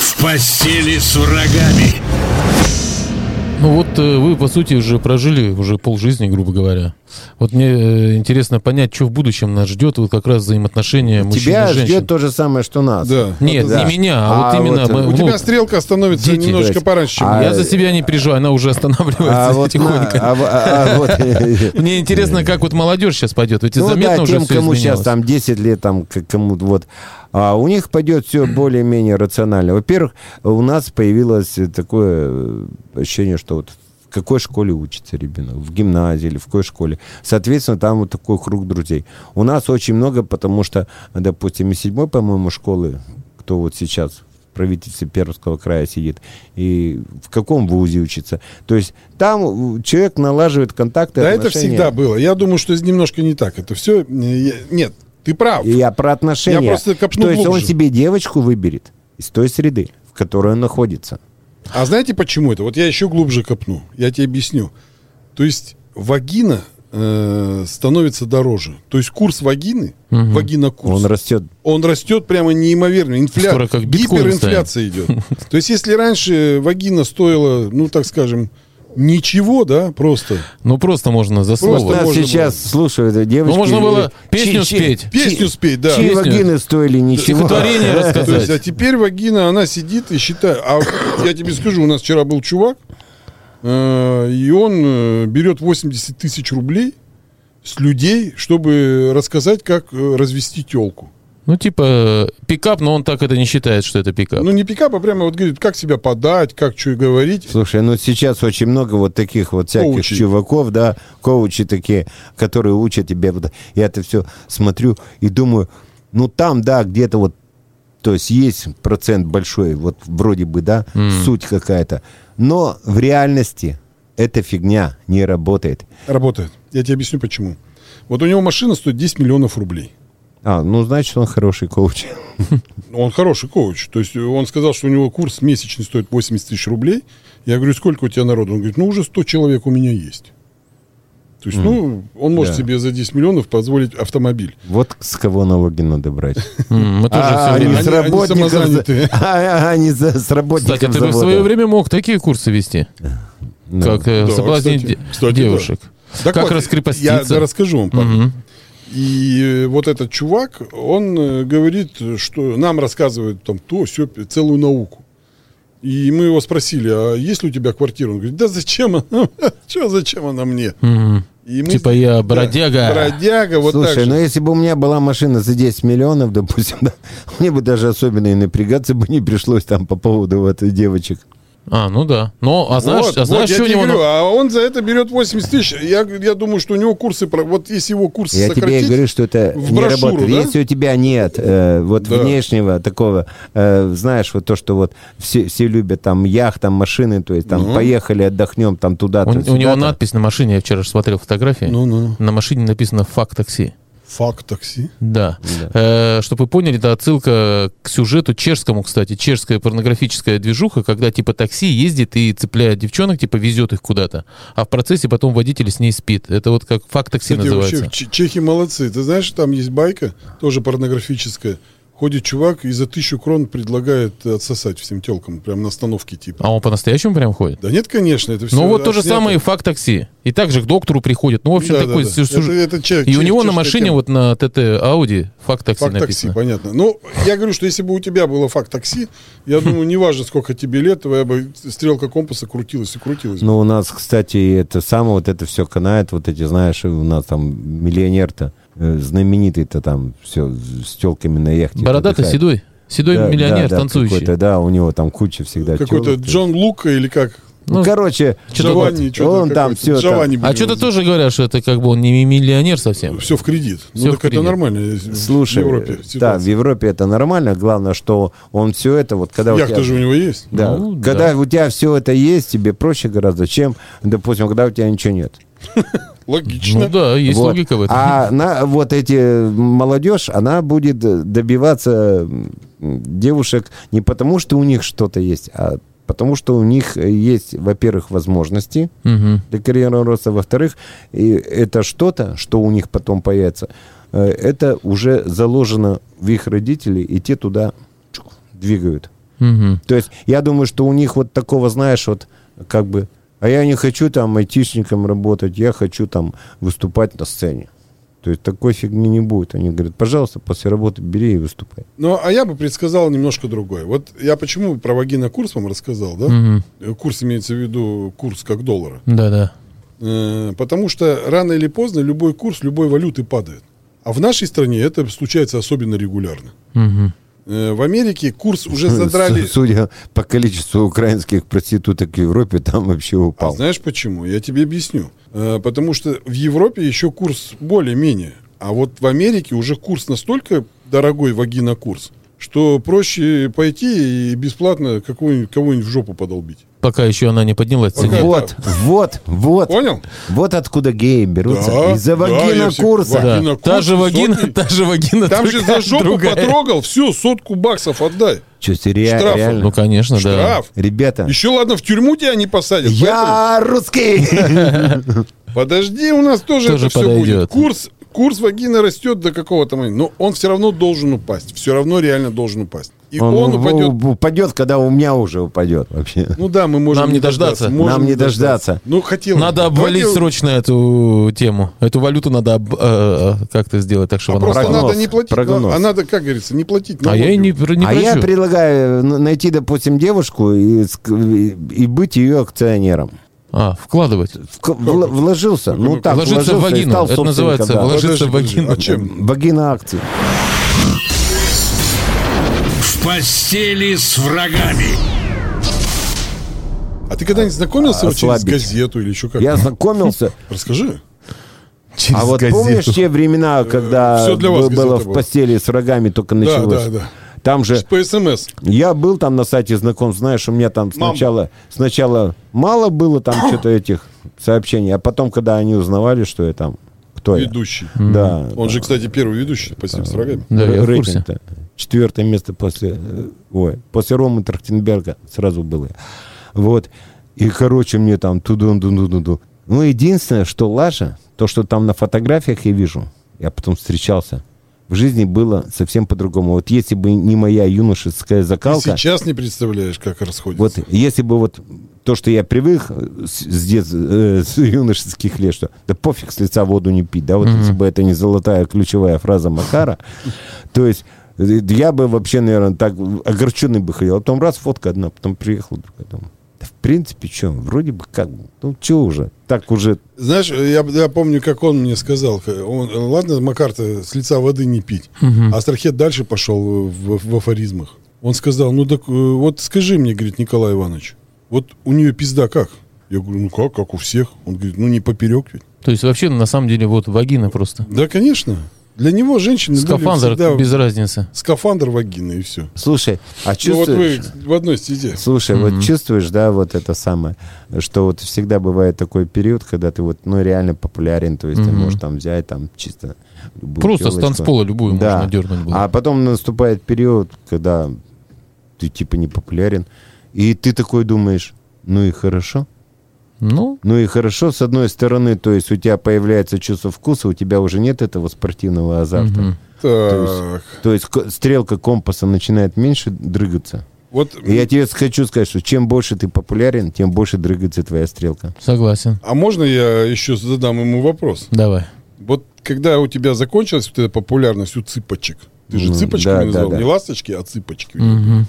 Speaker 1: В постели с врагами.
Speaker 2: Ну вот э, вы, по сути, уже прожили уже полжизни, грубо говоря. Вот мне э, интересно понять, что в будущем нас ждет, вот как раз взаимоотношения мужчин
Speaker 4: Тебя
Speaker 2: и женщин.
Speaker 4: ждет то же самое, что нас.
Speaker 3: Да.
Speaker 2: Нет,
Speaker 4: Да.
Speaker 2: не меня, а,
Speaker 4: А
Speaker 2: вот именно...
Speaker 4: вот,
Speaker 2: мы-
Speaker 4: э,
Speaker 3: У
Speaker 2: ну,
Speaker 3: тебя стрелка становится
Speaker 2: дети,
Speaker 3: немножечко
Speaker 4: блядь.
Speaker 3: пораньше, чем у
Speaker 4: А,
Speaker 3: меня.
Speaker 2: я за себя не переживаю, она уже останавливается
Speaker 4: А вот на-
Speaker 2: тихонько.
Speaker 4: а во- а вот-
Speaker 2: Мне интересно, как вот молодежь сейчас пойдет. Ведь
Speaker 4: Ну
Speaker 2: заметно
Speaker 4: да,
Speaker 2: уже
Speaker 4: тем,
Speaker 2: все
Speaker 4: кому сейчас
Speaker 2: изменилось.
Speaker 4: там 10 лет, там, к- кому вот. А у них пойдет все более-менее рационально. Во-первых, у нас появилось э, такое э, ощущение, что вот в какой школе учится ребенок, в гимназии или в какой школе. Соответственно, там вот такой круг друзей. У нас очень много, потому что, допустим, из седьмой, по-моему, школы, кто вот сейчас в правительстве Пермского края сидит, и в каком вузе учится. То есть там э, человек налаживает контакты,
Speaker 3: Да, это
Speaker 4: отношения.
Speaker 3: всегда было. Я думаю, что это немножко не так. Это все... Нет, ты прав.
Speaker 4: И Я про отношения.
Speaker 3: Я просто копну
Speaker 4: То есть он
Speaker 3: глубже.
Speaker 4: себе девочку выберет из той среды, в которой он находится.
Speaker 3: А знаете почему это? Вот я еще глубже копну. Я тебе объясню. То есть вагина э, становится дороже. То есть курс вагины, вагина-курс,
Speaker 4: Он
Speaker 3: он,
Speaker 4: растет.
Speaker 3: растет прямо неимоверно. Инфля...
Speaker 2: Скоро как биткоин
Speaker 3: Гиперинфляция идет. То есть если раньше вагина стоила, ну так скажем, ничего, да, просто.
Speaker 2: Ну просто можно за
Speaker 3: Просто
Speaker 2: слово.
Speaker 4: Нас
Speaker 3: можно
Speaker 4: сейчас слушают э, девочки.
Speaker 2: Ну, можно было
Speaker 4: э,
Speaker 2: песню
Speaker 4: чьи-
Speaker 2: спеть.
Speaker 4: чьи-
Speaker 3: Песню спеть, да. ну,
Speaker 4: Чьи
Speaker 2: Песню.
Speaker 4: вагины стоили ничего.
Speaker 2: Стихотворение
Speaker 3: То есть, а
Speaker 2: рассказать.
Speaker 3: теперь вагина, она сидит и считает. А я тебе скажу, у нас вчера был чувак, э, и он э, берет 80 тысяч рублей с людей, чтобы рассказать, как э, развести телку.
Speaker 2: Ну типа э, пикап, но он так это не считает, что это пикап.
Speaker 3: Ну, не пикап, а прямо вот говорит, как себя подать, как что и говорить.
Speaker 4: Слушай, ну сейчас очень много вот таких вот всяких
Speaker 3: Коучей.
Speaker 4: чуваков, да, коучи такие, которые учат тебя. вот- Я это все смотрю и думаю, ну там, да, где-то вот, то есть есть процент большой, вот вроде бы, да, суть какая-то. Но в реальности эта фигня не работает.
Speaker 3: Работает. Я тебе объясню, почему. Вот у него машина стоит 10 миллионов рублей.
Speaker 4: А, ну значит, он хороший коуч.
Speaker 3: Он хороший коуч. То есть э, он сказал, что у него курс месячный стоит 80 тысяч рублей. Я говорю, сколько у тебя народу? Он говорит, ну уже 100 человек у меня есть. То есть, ну, он может
Speaker 4: Да.
Speaker 3: себе за 10 миллионов позволить автомобиль.
Speaker 4: Вот с кого налоги надо брать.
Speaker 2: М, Мы тоже все
Speaker 4: А, они
Speaker 2: время...
Speaker 3: они
Speaker 4: с работников за-
Speaker 3: самозанятые.
Speaker 4: А, а, Они за- с
Speaker 2: Кстати,
Speaker 4: работников
Speaker 2: ты бы в свое
Speaker 4: завода.
Speaker 2: время мог такие курсы вести,
Speaker 4: Ну,
Speaker 2: как э,
Speaker 3: Да,
Speaker 2: соблазнить
Speaker 3: кстати.
Speaker 2: де-
Speaker 3: Кстати, да.
Speaker 2: девушек.
Speaker 3: Так
Speaker 2: как
Speaker 3: вот,
Speaker 2: раскрепоститься.
Speaker 3: Я расскажу вам. парни. И э, вот этот чувак, он э, говорит, что нам рассказывает там то, все, целую науку. И мы его спросили, а есть ли у тебя квартира? Он говорит, да зачем она? Че, зачем она мне?
Speaker 2: Мгм.
Speaker 3: И мы-
Speaker 2: Типа я бродяга.
Speaker 3: бродяга, вот так
Speaker 4: Слушай,
Speaker 3: же.
Speaker 4: ну если бы у меня была машина за 10 миллионов, допустим, да, мне бы даже особенно и напрягаться бы не пришлось там по поводу вот девочек.
Speaker 2: А, ну да. Но, а знаешь,
Speaker 3: Вот,
Speaker 2: а
Speaker 3: вот,
Speaker 2: знаешь,
Speaker 3: я
Speaker 2: что у
Speaker 3: тебе
Speaker 2: него...
Speaker 3: говорю, а он за это берет 80 тысяч. Я, я думаю, что у него курсы... про- Вот если его курсы
Speaker 4: Я тебе
Speaker 3: сократить...
Speaker 4: и говорю, что это
Speaker 3: в
Speaker 4: не
Speaker 3: брошюру,
Speaker 4: работает.
Speaker 3: да?
Speaker 4: Если у тебя нет э, вот
Speaker 3: Да.
Speaker 4: внешнего такого, э, знаешь, вот то, что вот все, все любят там яхт, там машины, то есть там
Speaker 3: Ну.
Speaker 4: поехали, отдохнем там туда-то.
Speaker 2: У, у него
Speaker 4: сюда-то.
Speaker 2: надпись на машине, я вчера же смотрел фотографии.
Speaker 3: а, Ну, ну, ну.
Speaker 2: На машине написано «Фак такси».
Speaker 3: Факт такси.
Speaker 2: Да. чтобы вы поняли, это отсылка к сюжету чешскому, кстати. Чешская порнографическая движуха, когда типа такси ездит и цепляет девчонок, типа везет их куда-то. А в процессе потом водитель с ней спит. Это вот как факт такси
Speaker 3: Кстати,
Speaker 2: называется.
Speaker 3: вообще, ч- чехи молодцы. Ты знаешь, там есть байка, тоже порнографическая. Ходит чувак и за тысячу крон предлагает отсосать всем телкам, прям на остановке типа.
Speaker 2: А он по-настоящему прям ходит?
Speaker 3: Да нет, конечно, это все.
Speaker 2: ну вот то же самое и факт такси. И также к доктору приходит. Ну, в общем,
Speaker 3: Да, да,
Speaker 2: такой
Speaker 3: да.
Speaker 2: сю-
Speaker 3: Это-
Speaker 2: сюжет.
Speaker 3: это че-
Speaker 2: и
Speaker 3: че-
Speaker 2: у него на
Speaker 3: чешская
Speaker 2: машине,
Speaker 3: тема.
Speaker 2: вот на ТТ Ауди, факт такси
Speaker 3: Факт такси,
Speaker 2: написано.
Speaker 3: понятно. Ну, я говорю, что если бы у тебя было факт такси, я думаю, неважно, сколько тебе лет, твоя бы стрелка компаса крутилась и крутилась.
Speaker 4: Ну, у нас, кстати, и это самое, вот это все канает, вот эти, знаешь, у нас там миллионер-то, э, знаменитый-то там все с телками на яхте.
Speaker 2: Бородатый,
Speaker 4: отдыхает.
Speaker 2: седой. Седой
Speaker 4: Да,
Speaker 2: миллионер,
Speaker 4: да, да,
Speaker 2: танцующий.
Speaker 4: какой-то, да, у него там куча всегда.
Speaker 3: Ну, Какой-то
Speaker 4: тёлок.
Speaker 3: Джон Лука или как?
Speaker 4: Ну, короче,
Speaker 2: Что-то
Speaker 3: Джованни,
Speaker 4: вот,
Speaker 3: что-то
Speaker 4: он там
Speaker 3: какой-то.
Speaker 4: все. там.
Speaker 3: Джованни
Speaker 2: А что-то тоже говорят, что это как бы он не миллионер совсем.
Speaker 3: Все в кредит.
Speaker 2: Всё
Speaker 3: ну
Speaker 2: в
Speaker 3: так это
Speaker 2: кредит.
Speaker 3: нормально. если в-
Speaker 4: Слушай, э,
Speaker 3: в Европе.
Speaker 4: да, в
Speaker 3: ситуация.
Speaker 4: Европе это нормально. Главное, что он все это вот когда у
Speaker 3: Яхта
Speaker 4: тебя-
Speaker 3: же у него есть.
Speaker 4: Да.
Speaker 2: Ну, да.
Speaker 4: когда у тебя все это есть, тебе проще гораздо, чем, допустим, когда у тебя ничего нет.
Speaker 3: Логично.
Speaker 2: Ну да, есть
Speaker 4: Вот.
Speaker 2: логика в этом.
Speaker 4: А на, вот эти молодежь, она будет добиваться м, девушек не потому, что у них что-то есть, а потому что у них есть, во-первых, возможности
Speaker 2: Мгм.
Speaker 4: для карьерного роста, во-вторых, и это что-то, что у них потом появится, э, это уже заложено в их родителей, и те туда чук, двигают.
Speaker 2: Мгм.
Speaker 4: То есть я думаю, что у них вот такого, знаешь, вот как бы А я не хочу там айтишником работать, я хочу там выступать на сцене. То есть такой фигни не будет. Они говорят, пожалуйста, после работы бери и выступай.
Speaker 3: Ну, а я бы предсказал немножко другое. Вот я почему про вагина курс вам рассказал, да?
Speaker 2: Мгм.
Speaker 3: Э, Курс имеется в виду курс как доллара.
Speaker 2: Да-да.
Speaker 3: Э, Потому что рано или поздно любой курс любой валюты падает. А в нашей стране это случается особенно регулярно.
Speaker 2: Мгм.
Speaker 3: Э, В Америке курс уже задрали...
Speaker 4: С- Судя по количеству украинских проституток в Европе, там вообще
Speaker 3: А
Speaker 4: упал.
Speaker 3: знаешь почему? Я тебе объясню. Э, Потому что в Европе еще курс более-менее. А вот в Америке уже курс настолько дорогой вагина курс, что проще пойти и бесплатно какого-нибудь- кого-нибудь в жопу подолбить.
Speaker 2: Пока еще она не поднялась в цене.
Speaker 3: Пока-
Speaker 4: Вот, вот, вот.
Speaker 3: Понял?
Speaker 4: Вот откуда геи берутся.
Speaker 3: Да,
Speaker 4: Из-за
Speaker 3: да, я
Speaker 4: вагина
Speaker 3: всег-
Speaker 4: курса.
Speaker 2: Да.
Speaker 3: Вагина
Speaker 2: Та
Speaker 3: курс
Speaker 2: же вагина,
Speaker 3: высокий.
Speaker 2: та же вагина.
Speaker 3: Там же
Speaker 2: другая-
Speaker 3: за жопу
Speaker 2: другая.
Speaker 3: потрогал, все, сотку баксов отдай.
Speaker 4: Чё, ты ре-
Speaker 3: Штрафом.
Speaker 4: реально?
Speaker 2: Ну, конечно, да.
Speaker 3: Штраф.
Speaker 4: Ребята,
Speaker 3: Еще ладно, в тюрьму тебя не посадят.
Speaker 4: я русский!
Speaker 3: поэтому- Подожди, у нас тоже,
Speaker 2: Тоже
Speaker 3: это все
Speaker 2: подойдет.
Speaker 3: будет. Курс, курс вагина растет до какого-то момента. Но он все равно должен упасть. Все равно реально должен упасть. И он,
Speaker 4: Он
Speaker 3: упадет.
Speaker 4: у- упадет, когда у меня уже упадет вообще.
Speaker 3: Ну да, мы можем
Speaker 2: Нам не дождаться.
Speaker 3: можем
Speaker 4: Нам не дождаться.
Speaker 3: Ну, хотел.
Speaker 2: Надо обвалить
Speaker 3: Давайте-
Speaker 2: срочно эту тему. Эту валюту надо об- э, э, как-то сделать так,
Speaker 3: А
Speaker 2: чтобы она...
Speaker 3: просто
Speaker 4: Прогноз.
Speaker 3: надо не платить.
Speaker 4: Прогноз.
Speaker 3: А надо, как говорится, не платить.
Speaker 2: А
Speaker 3: налоги.
Speaker 2: я и не, пр- не
Speaker 4: а я
Speaker 2: прощу.
Speaker 4: предлагаю н- найти, допустим, девушку и, ск- и- и быть ее акционером.
Speaker 2: А, вкладывать.
Speaker 4: В- вла- вложился, ну так,
Speaker 2: Вложиться в
Speaker 4: вложился и
Speaker 2: вагину.
Speaker 4: стал
Speaker 2: Это
Speaker 4: собственником,
Speaker 2: называется
Speaker 4: да.
Speaker 2: вложиться
Speaker 3: Подожди,
Speaker 2: в
Speaker 3: подожди,
Speaker 2: вагину.
Speaker 3: а чем?
Speaker 4: Вагина акций.
Speaker 1: В постели с врагами.
Speaker 3: А ты когда-нибудь знакомился вот через
Speaker 4: Ослабить.
Speaker 3: газету или еще как? Ну,
Speaker 4: Я знакомился.
Speaker 3: Расскажи.
Speaker 2: Через
Speaker 4: а вот
Speaker 2: газету.
Speaker 4: помнишь те времена, когда
Speaker 3: Э, всё для вас
Speaker 4: бы- было
Speaker 3: газета
Speaker 4: в
Speaker 3: была.
Speaker 4: постели с врагами только
Speaker 3: Да,
Speaker 4: началось?
Speaker 3: да, да.
Speaker 4: Там же
Speaker 3: По СМС.
Speaker 4: Я был там на сайте знакомств, знаешь, у меня там
Speaker 3: Мам.
Speaker 4: сначала, сначала мало было там что-то этих сообщений, а потом, когда они узнавали, что я там, кто я.
Speaker 3: Ведущий.
Speaker 4: А, Да.
Speaker 3: Он же, кстати, первый ведущий по «Сим с врагами.
Speaker 2: Да, я в курсе.
Speaker 4: Рейтинг-то. Четвертое место после, э, ой, после Ромы Трахтенберга сразу было. Вот. И, короче, мне там тудун ду ду ду Ну, единственное, что лажа, то, что там на фотографиях я вижу, я потом встречался, в жизни было совсем по-другому. Вот если бы не моя юношеская
Speaker 3: Ты
Speaker 4: закалка...
Speaker 3: сейчас не представляешь, как расходится.
Speaker 4: Вот если бы вот то, что я привык э, с, с дет- э, с юношеских лет, что да пофиг с лица воду не пить, да, вот если бы это не золотая ключевая фраза Макара, то есть э, я бы вообще, наверное, так огорченный бы ходил. А потом раз фотка одна, потом приехала другая. Думаю, да в принципе, что, вроде бы как, бы, ну что уже, так уже,
Speaker 3: Знаешь, я, я помню, как он мне сказал. э, он, ладно, Макарта, с лица воды не пить. А Страхет дальше пошел в, в афоризмах. Он сказал, ну так э, вот скажи мне, говорит Николай Иванович, вот у нее пизда как? Я говорю, ну как, как у всех. Он говорит, ну не поперек ведь.
Speaker 2: То есть вообще, на самом деле, вот вагина просто.
Speaker 3: Да, конечно. Для него женщины были
Speaker 2: Скафандр,
Speaker 3: Ну, всегда
Speaker 2: без разницы.
Speaker 3: скафандр вагины и все.
Speaker 4: слушай, а
Speaker 3: Ну вот
Speaker 4: чувствуешь...
Speaker 3: вы в одной стезе.
Speaker 4: Слушай, вот чувствуешь, да, вот это самое, что вот всегда бывает такой период, когда ты вот, ну, реально популярен, то есть ты можешь там взять там чисто любую
Speaker 2: Просто с
Speaker 4: телочку.
Speaker 2: танцпола любую
Speaker 4: Да.
Speaker 2: можно дернуть было.
Speaker 4: А потом наступает период, когда ты типа не популярен, и ты такой думаешь, ну и хорошо.
Speaker 2: Ну,
Speaker 4: Ну и хорошо, с одной стороны, то есть у тебя появляется чувство вкуса, у тебя уже нет этого спортивного азарта.
Speaker 3: Так.
Speaker 4: То есть ко- стрелка компаса начинает меньше дрыгаться.
Speaker 3: Вот,
Speaker 4: И Я тебе хочу сказать, что чем больше ты популярен, тем больше дрыгается твоя стрелка.
Speaker 2: согласен.
Speaker 3: а можно я еще задам ему вопрос?
Speaker 2: Давай.
Speaker 3: Вот когда у тебя закончилась вот эта популярность у цыпочек, ты же
Speaker 4: Мгм,
Speaker 3: цыпочками
Speaker 4: да, да,
Speaker 3: называл,
Speaker 4: да.
Speaker 3: не ласточки, а цыпочки.
Speaker 2: Мгм.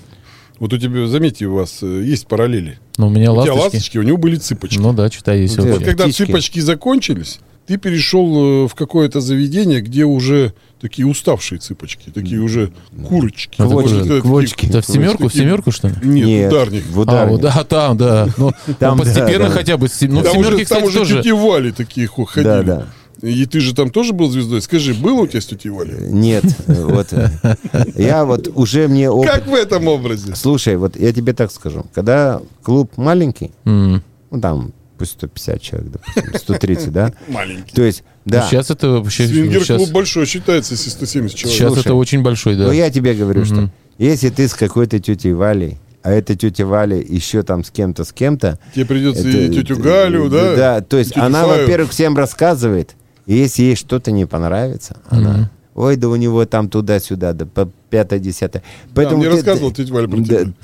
Speaker 3: Вот у тебя, заметьте, у вас э, есть параллели.
Speaker 2: Ну, у меня
Speaker 3: У тебя
Speaker 2: ласточки.
Speaker 3: ласточки, у него были цыпочки.
Speaker 2: Ну да, читай есть
Speaker 4: Где?
Speaker 3: вот
Speaker 2: вообще.
Speaker 3: когда
Speaker 4: птички.
Speaker 3: цыпочки закончились, ты перешел э, в какое-то заведение, где уже такие уставшие цыпочки, такие уже курочки.
Speaker 2: Это
Speaker 3: Вот
Speaker 2: курочки,
Speaker 3: такие-
Speaker 4: курочки.
Speaker 2: Это в семерку, в семерку, что ли?
Speaker 3: Нет, ударник.
Speaker 4: в
Speaker 2: А,
Speaker 4: ударник.
Speaker 2: вот, да, там, да. Ну,
Speaker 4: Там,
Speaker 2: ну, постепенно
Speaker 4: да, да.
Speaker 2: хотя бы. с- Ну, в
Speaker 3: там
Speaker 2: семерке,
Speaker 3: уже,
Speaker 2: кстати,
Speaker 3: там уже
Speaker 2: тоже.
Speaker 3: тети Вали такие хо- ходили.
Speaker 4: Да, да.
Speaker 3: И ты же там тоже был звездой. Скажи, был у тебя с тетей Валей?
Speaker 4: Нет, э, вот э, я вот уже мне Э, опыт.
Speaker 3: Как в этом образе?
Speaker 4: Слушай, вот я тебе так скажу, когда клуб маленький,
Speaker 2: М.
Speaker 4: ну там пусть 150 человек, допустим, 130, да,
Speaker 3: Маленький.
Speaker 4: то есть, да,
Speaker 2: Сейчас Ну, это вообще...
Speaker 3: Свингер-клуб
Speaker 2: Сейчас,
Speaker 3: большой считается, если 170 человек.
Speaker 2: сейчас
Speaker 4: Слушай.
Speaker 2: это очень большой, да.
Speaker 4: но я тебе говорю, что если ты с какой-то тетей Валей, а эта тетя Валя еще там с кем-то, с кем-то,
Speaker 3: Тебе придется
Speaker 4: Это-
Speaker 3: и тетю Галю, да?
Speaker 4: Да, то есть
Speaker 3: тетю
Speaker 4: она,
Speaker 3: Фаю.
Speaker 4: во-первых, всем рассказывает, и если ей что-то не понравится, она... Ой, да у него там туда-сюда, да по- пятое-десятое. Поэтому
Speaker 3: мне
Speaker 4: ты-
Speaker 3: рассказывала
Speaker 4: ты-
Speaker 3: тетя Валя про
Speaker 4: Да,
Speaker 3: тебя.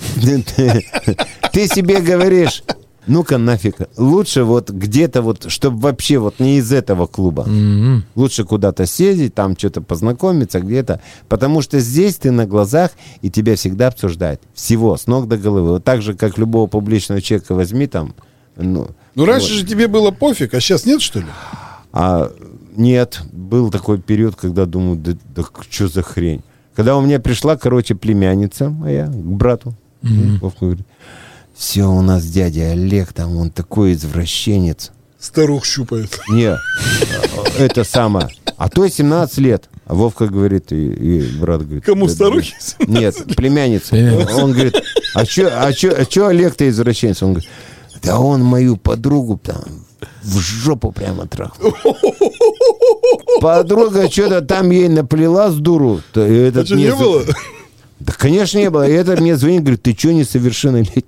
Speaker 4: ты- Ты себе говоришь, Ну-ка нафиг. Лучше вот где-то вот, чтобы вообще вот не из этого клуба.
Speaker 2: Мгм.
Speaker 4: Лучше куда-то съездить, там что-то познакомиться где-то. Потому что здесь ты на глазах, и тебя всегда обсуждают. Всего, с ног до головы. Вот так же, как любого публичного человека возьми там. Ну,
Speaker 3: Ну, раньше
Speaker 4: вот.
Speaker 3: же тебе было пофиг, а сейчас нет, что ли?
Speaker 4: А нет, был такой период, когда думаю, да, что за хрень. Когда у меня пришла, короче, племянница моя к брату. Вовка говорит, все, у нас дядя Олег, там он такой извращенец.
Speaker 3: Старух щупает.
Speaker 4: Не, э, это самое. А то 17 лет. А Вовка говорит, и, и брат говорит.
Speaker 3: Кому
Speaker 4: «Да,
Speaker 3: старухи
Speaker 4: да». Нет, племянница.
Speaker 2: Племянница.
Speaker 4: Он говорит, а чё, а чё, а чё Олег-то извращенец? Он говорит, да он мою подругу там в жопу прямо трахнул. Подруга что-то там ей наплела с дуру. То и этот
Speaker 3: А что, не
Speaker 4: за-
Speaker 3: было?
Speaker 4: Да, конечно, не было. И этот мне звонит, говорит, ты что несовершеннолетний?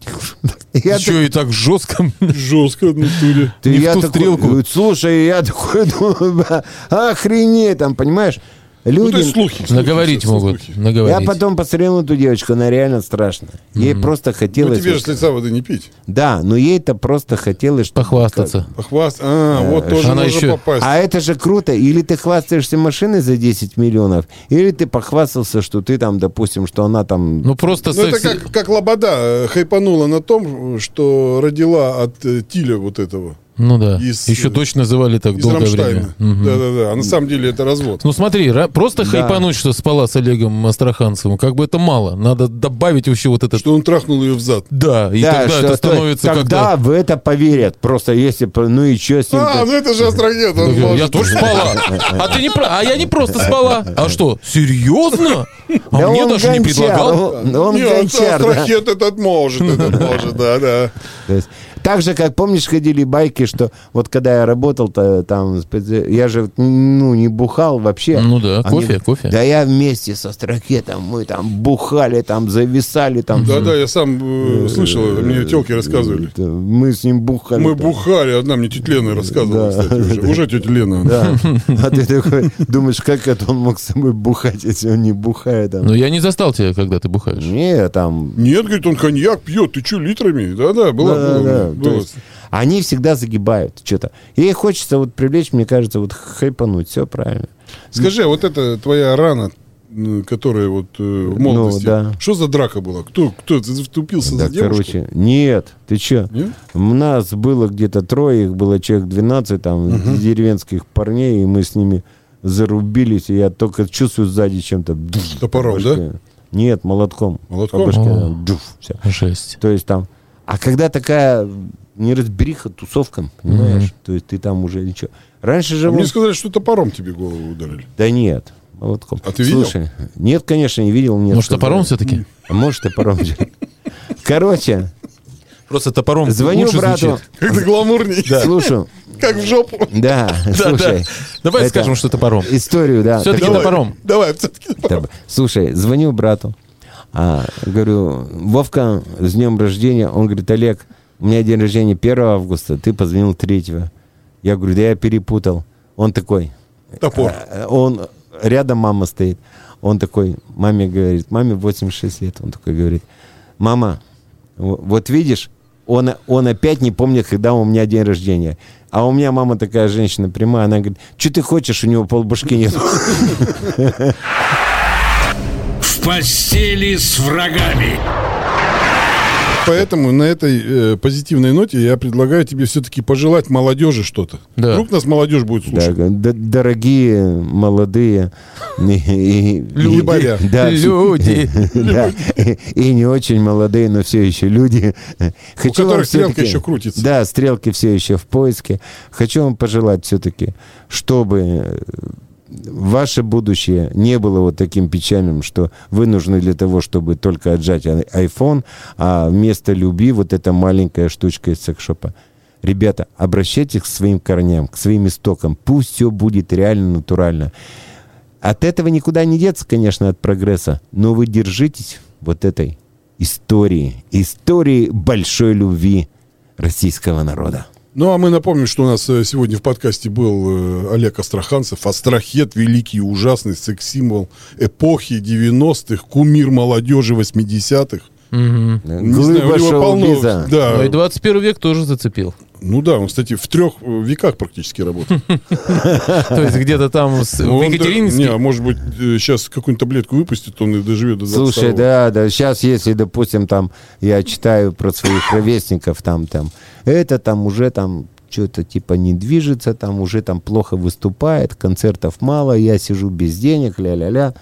Speaker 4: Я
Speaker 2: Еще и так жестко.
Speaker 3: Жестко в натуре.
Speaker 4: ты,
Speaker 2: Не в
Speaker 4: я
Speaker 2: ту
Speaker 4: такой,
Speaker 2: стрелку.
Speaker 4: э, Слушай, я такой думаю, бля, охренеть, там, понимаешь?
Speaker 3: Ну, то
Speaker 4: Люди...
Speaker 3: есть слухи. слухи,
Speaker 2: Наговорить
Speaker 3: естественно,
Speaker 2: могут.
Speaker 3: слухи.
Speaker 2: Наговорить.
Speaker 4: я потом посмотрел на эту девочку, она реально страшная. Ей просто
Speaker 3: Ну,
Speaker 4: хотелось...
Speaker 3: тебе же
Speaker 4: вот-
Speaker 3: с лица воды не пить.
Speaker 4: Да, но ей-то просто хотелось... чтобы
Speaker 2: Похвастаться.
Speaker 3: Похваст. А, вот тоже
Speaker 2: Э, она
Speaker 3: можно
Speaker 2: еще-
Speaker 4: как-
Speaker 3: попасть.
Speaker 4: А это же круто. Или ты хвастаешься машиной за 10 миллионов, или ты похвастался, что ты там, допустим, что она там...
Speaker 2: Ну просто
Speaker 3: Ну, это
Speaker 2: секс-
Speaker 3: как, как Лобода э, хайпанула на том, что родила от э, Тиля вот этого.
Speaker 2: Ну да.
Speaker 3: из- э,
Speaker 2: Еще точно называли так
Speaker 3: Из
Speaker 2: долгое
Speaker 3: Рамштайна.
Speaker 2: время. Мгм.
Speaker 3: Да-да-да. А на самом деле это развод.
Speaker 2: Ну смотри, ра- просто
Speaker 4: Да.
Speaker 2: хайпануть, что спала с Олегом Астраханцевым, как бы это мало. Надо добавить вообще вот этот...
Speaker 3: Что он трахнул ее в зад.
Speaker 2: Да, и
Speaker 4: Да,
Speaker 2: тогда
Speaker 4: что
Speaker 2: это
Speaker 4: то-
Speaker 2: становится
Speaker 4: Тогда
Speaker 2: как-то...
Speaker 4: в это поверят. Просто если... бы, Ну и что с ним?
Speaker 3: А, ну это же Астрагет.
Speaker 2: Я
Speaker 3: он
Speaker 2: говорю, Я
Speaker 3: может.
Speaker 2: тоже спала. А ты не про... А я не просто спала. А что, серьезно? А
Speaker 4: Да
Speaker 2: мне
Speaker 4: он
Speaker 2: даже не
Speaker 4: гончар,
Speaker 2: предлагал. а
Speaker 4: Он, он
Speaker 3: Не,
Speaker 4: гончар, да.
Speaker 3: Астрахет этот может, этот может, да-да.
Speaker 4: То есть, так же, как помнишь, ходили байки, что вот когда я работал, то там спец- я же ну не бухал вообще.
Speaker 2: Ну да, кофе,
Speaker 4: Они-
Speaker 2: кофе.
Speaker 4: Да я вместе со Страхетом, мы там бухали, там зависали, там.
Speaker 3: Да-да, я сам э, слышал, это, мне телки рассказывали.
Speaker 4: Да, Мы с ним бухали.
Speaker 3: Мы
Speaker 4: там.
Speaker 3: бухали, одна мне тетя Лена рассказывала,
Speaker 4: Да.
Speaker 3: кстати, уже. Уже тетя Лена.
Speaker 4: Да. А ты такой думаешь, как это он мог с собой бухать, если он не бухает? там?
Speaker 2: Но я не застал тебя, когда ты бухаешь.
Speaker 4: Не, там
Speaker 3: Нет, говорит, он коньяк пьет, ты что, литрами? Да-да, было,
Speaker 4: Да, да,
Speaker 3: было,
Speaker 4: да.
Speaker 3: было.
Speaker 4: То есть они всегда загибают что-то. Ей хочется вот привлечь, мне кажется, вот хайпануть, все правильно.
Speaker 3: Скажи, а вот эта твоя рана, м, которая вот э, в молодости,
Speaker 4: Ну, да.
Speaker 3: что за драка была? Кто, кто ты втупился
Speaker 4: Да,
Speaker 3: за девушку?
Speaker 4: короче, нет, ты че?
Speaker 3: Нет?
Speaker 4: У нас было где-то трое, их было человек 12, там, деревенских парней, и мы с ними зарубились, и я только чувствую сзади чем-то. дуф, по
Speaker 3: Топором,
Speaker 4: башке.
Speaker 3: да?
Speaker 4: Нет, молотком.
Speaker 3: Молотком?
Speaker 4: По башке,
Speaker 2: О.
Speaker 4: там, дуф, всё.
Speaker 2: Жесть.
Speaker 4: То есть там... А когда такая неразбериха тусовкам, понимаешь? То есть ты там уже ничего. Раньше же...
Speaker 3: А
Speaker 4: вот-
Speaker 3: Мне сказали, что топором тебе голову ударили.
Speaker 4: Да нет, молотком.
Speaker 3: А ты видел?
Speaker 4: Слушай, нет, конечно, не видел. Мне
Speaker 2: Может,
Speaker 4: сказали.
Speaker 2: топором все-таки?
Speaker 4: А Может, топором. Короче,
Speaker 2: Просто топором
Speaker 4: звоню
Speaker 2: лучше
Speaker 4: брату.
Speaker 2: звучит.
Speaker 3: Как-то гламурней.
Speaker 4: Слушай,
Speaker 3: Как в жопу.
Speaker 4: да, Э,
Speaker 2: Да, да.
Speaker 4: слушай.
Speaker 2: Давай
Speaker 4: это-
Speaker 2: скажем, что топором.
Speaker 4: Историю, да.
Speaker 2: Всё-таки
Speaker 4: такую.
Speaker 2: топором.
Speaker 3: Давай, все-таки
Speaker 4: Тоб- Слушай, звоню брату. А, говорю, Вовка, с днем рождения. Он говорит, Олег, у меня день рождения 1 августа, ты позвонил 3. Я говорю, да я перепутал. Он такой,
Speaker 3: топор.
Speaker 4: Э, Он рядом мама стоит. Он такой, маме говорит, маме 86 лет. Он такой говорит, мама, в- вот видишь, он, он опять не помнит, когда у меня день рождения. А у меня мама такая женщина прямая, она говорит, что ты хочешь, у него полбашки нет.
Speaker 1: В постели с врагами.
Speaker 3: Поэтому на этой э, позитивной ноте я предлагаю тебе все-таки пожелать молодежи что-то.
Speaker 2: Да.
Speaker 3: Вдруг нас молодежь будет
Speaker 4: Да,
Speaker 3: слушать.
Speaker 4: д- дорогие, молодые и- и- и-
Speaker 3: Любовя.
Speaker 4: да,
Speaker 2: Люди.
Speaker 4: Да, и, и не очень молодые, но все еще люди. Хочу
Speaker 3: которых
Speaker 4: вам
Speaker 3: стрелка
Speaker 4: всё-таки-
Speaker 3: еще крутится.
Speaker 4: Да, стрелки все еще в поиске. Хочу вам пожелать все-таки, чтобы э, ваше будущее не было вот таким печальным, что вы нужны для того, чтобы только отжать ай- iPhone, а вместо любви вот эта маленькая штучка из секшопа. Ребята, обращайтесь к своим корням, к своим истокам. Пусть все будет реально натурально. От этого никуда не деться, конечно, от прогресса, но вы держитесь вот этой истории, истории большой любви российского народа.
Speaker 3: Ну, а мы напомним, что у нас э, сегодня в подкасте был э, Олег Астраханцев. Астрахет, великий и ужасный секс-символ эпохи 90-х, кумир молодежи 80-х.
Speaker 2: Мгм.
Speaker 3: Не знаю,
Speaker 4: Глыба
Speaker 3: у него полно.
Speaker 4: шоу-биза.
Speaker 2: Ну
Speaker 3: Да.
Speaker 2: и 21 век тоже зацепил.
Speaker 3: Ну да, он, кстати, в трех э, веках практически работает.
Speaker 2: То есть где-то там с- в
Speaker 3: Он да-
Speaker 2: Екатерининске.
Speaker 3: Не, а может быть, сейчас какую-нибудь таблетку выпустит, он и доживет до 22
Speaker 4: Слушай, да, да, сейчас, если, допустим, там, я читаю про своих ровесников, там, там, это там уже там что-то типа не движется, там уже там плохо выступает, концертов мало, я сижу без денег, ля-ля-ля.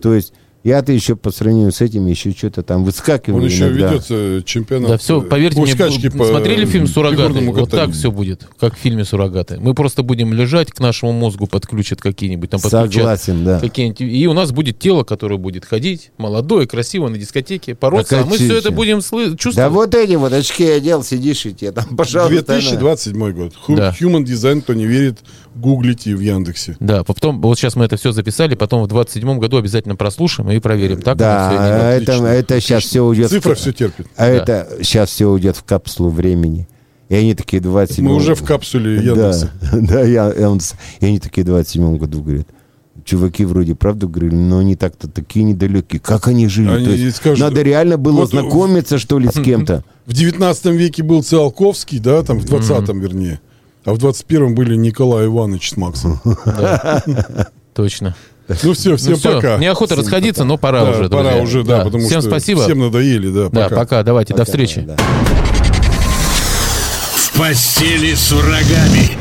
Speaker 4: То есть я-то еще по сравнению с этим еще что-то там выскакиваю
Speaker 3: Он еще
Speaker 4: иногда.
Speaker 3: ведет э, чемпионат.
Speaker 2: Да, все,
Speaker 3: э,
Speaker 2: поверьте
Speaker 3: по
Speaker 2: мне,
Speaker 3: скачке
Speaker 2: б-
Speaker 3: по
Speaker 2: смотрели фильм «Суррогаты»?
Speaker 3: фигурному
Speaker 2: Вот так
Speaker 3: катанию.
Speaker 2: все будет, как в фильме «Суррогаты». Мы просто будем лежать, к нашему мозгу подключат какие-нибудь, там подключат
Speaker 4: Согласен, да.
Speaker 2: какие-нибудь, и у нас будет тело, которое будет ходить, молодое, красиво, на дискотеке, бороться, а мы все
Speaker 4: Прокатись.
Speaker 2: это будем слы- чувствовать.
Speaker 4: Да вот эти вот очки одел, сидишь и тебе там, пожалуйста. на.
Speaker 3: 2027 год. Ху-
Speaker 2: Да.
Speaker 3: Human Design, кто не верит, гуглите в Яндексе.
Speaker 2: Да, потом, вот сейчас мы это все записали, потом в 27-м году обязательно прослушаем и проверим, так оно всё или нет.
Speaker 4: Да, это,
Speaker 3: отлично.
Speaker 4: это сейчас все уйдет. в
Speaker 3: Цифра
Speaker 4: ка-
Speaker 3: все терпит.
Speaker 4: А это сейчас все уйдет в капсулу времени. И они такие 27
Speaker 3: Мы уже в капсуле Яндекса.
Speaker 4: Да, да, я, Яндекс. И они такие в 27 году говорят. Чуваки вроде правду говорили, но они так-то такие недалекие. Как они жили?
Speaker 3: Они
Speaker 4: То есть
Speaker 3: скажут,
Speaker 4: надо реально было
Speaker 3: вот, э,
Speaker 4: знакомиться, что ли, с кем-то.
Speaker 3: В 19 веке был Циолковский, да, там в 20 вернее. А в 21-м были Николай Иванович с Максом.
Speaker 2: Точно.
Speaker 3: Ну все, всем
Speaker 2: ну всё,
Speaker 3: пока.
Speaker 2: неохота расходиться, но пора
Speaker 3: Да,
Speaker 2: уже,
Speaker 3: Пора
Speaker 2: друзья.
Speaker 3: уже, да, потому
Speaker 2: всем
Speaker 3: что
Speaker 2: спасибо.
Speaker 3: всем надоели, да,
Speaker 2: да,
Speaker 3: пока.
Speaker 2: пока, давайте, до встречи.
Speaker 4: Да.
Speaker 1: В постели с врагами.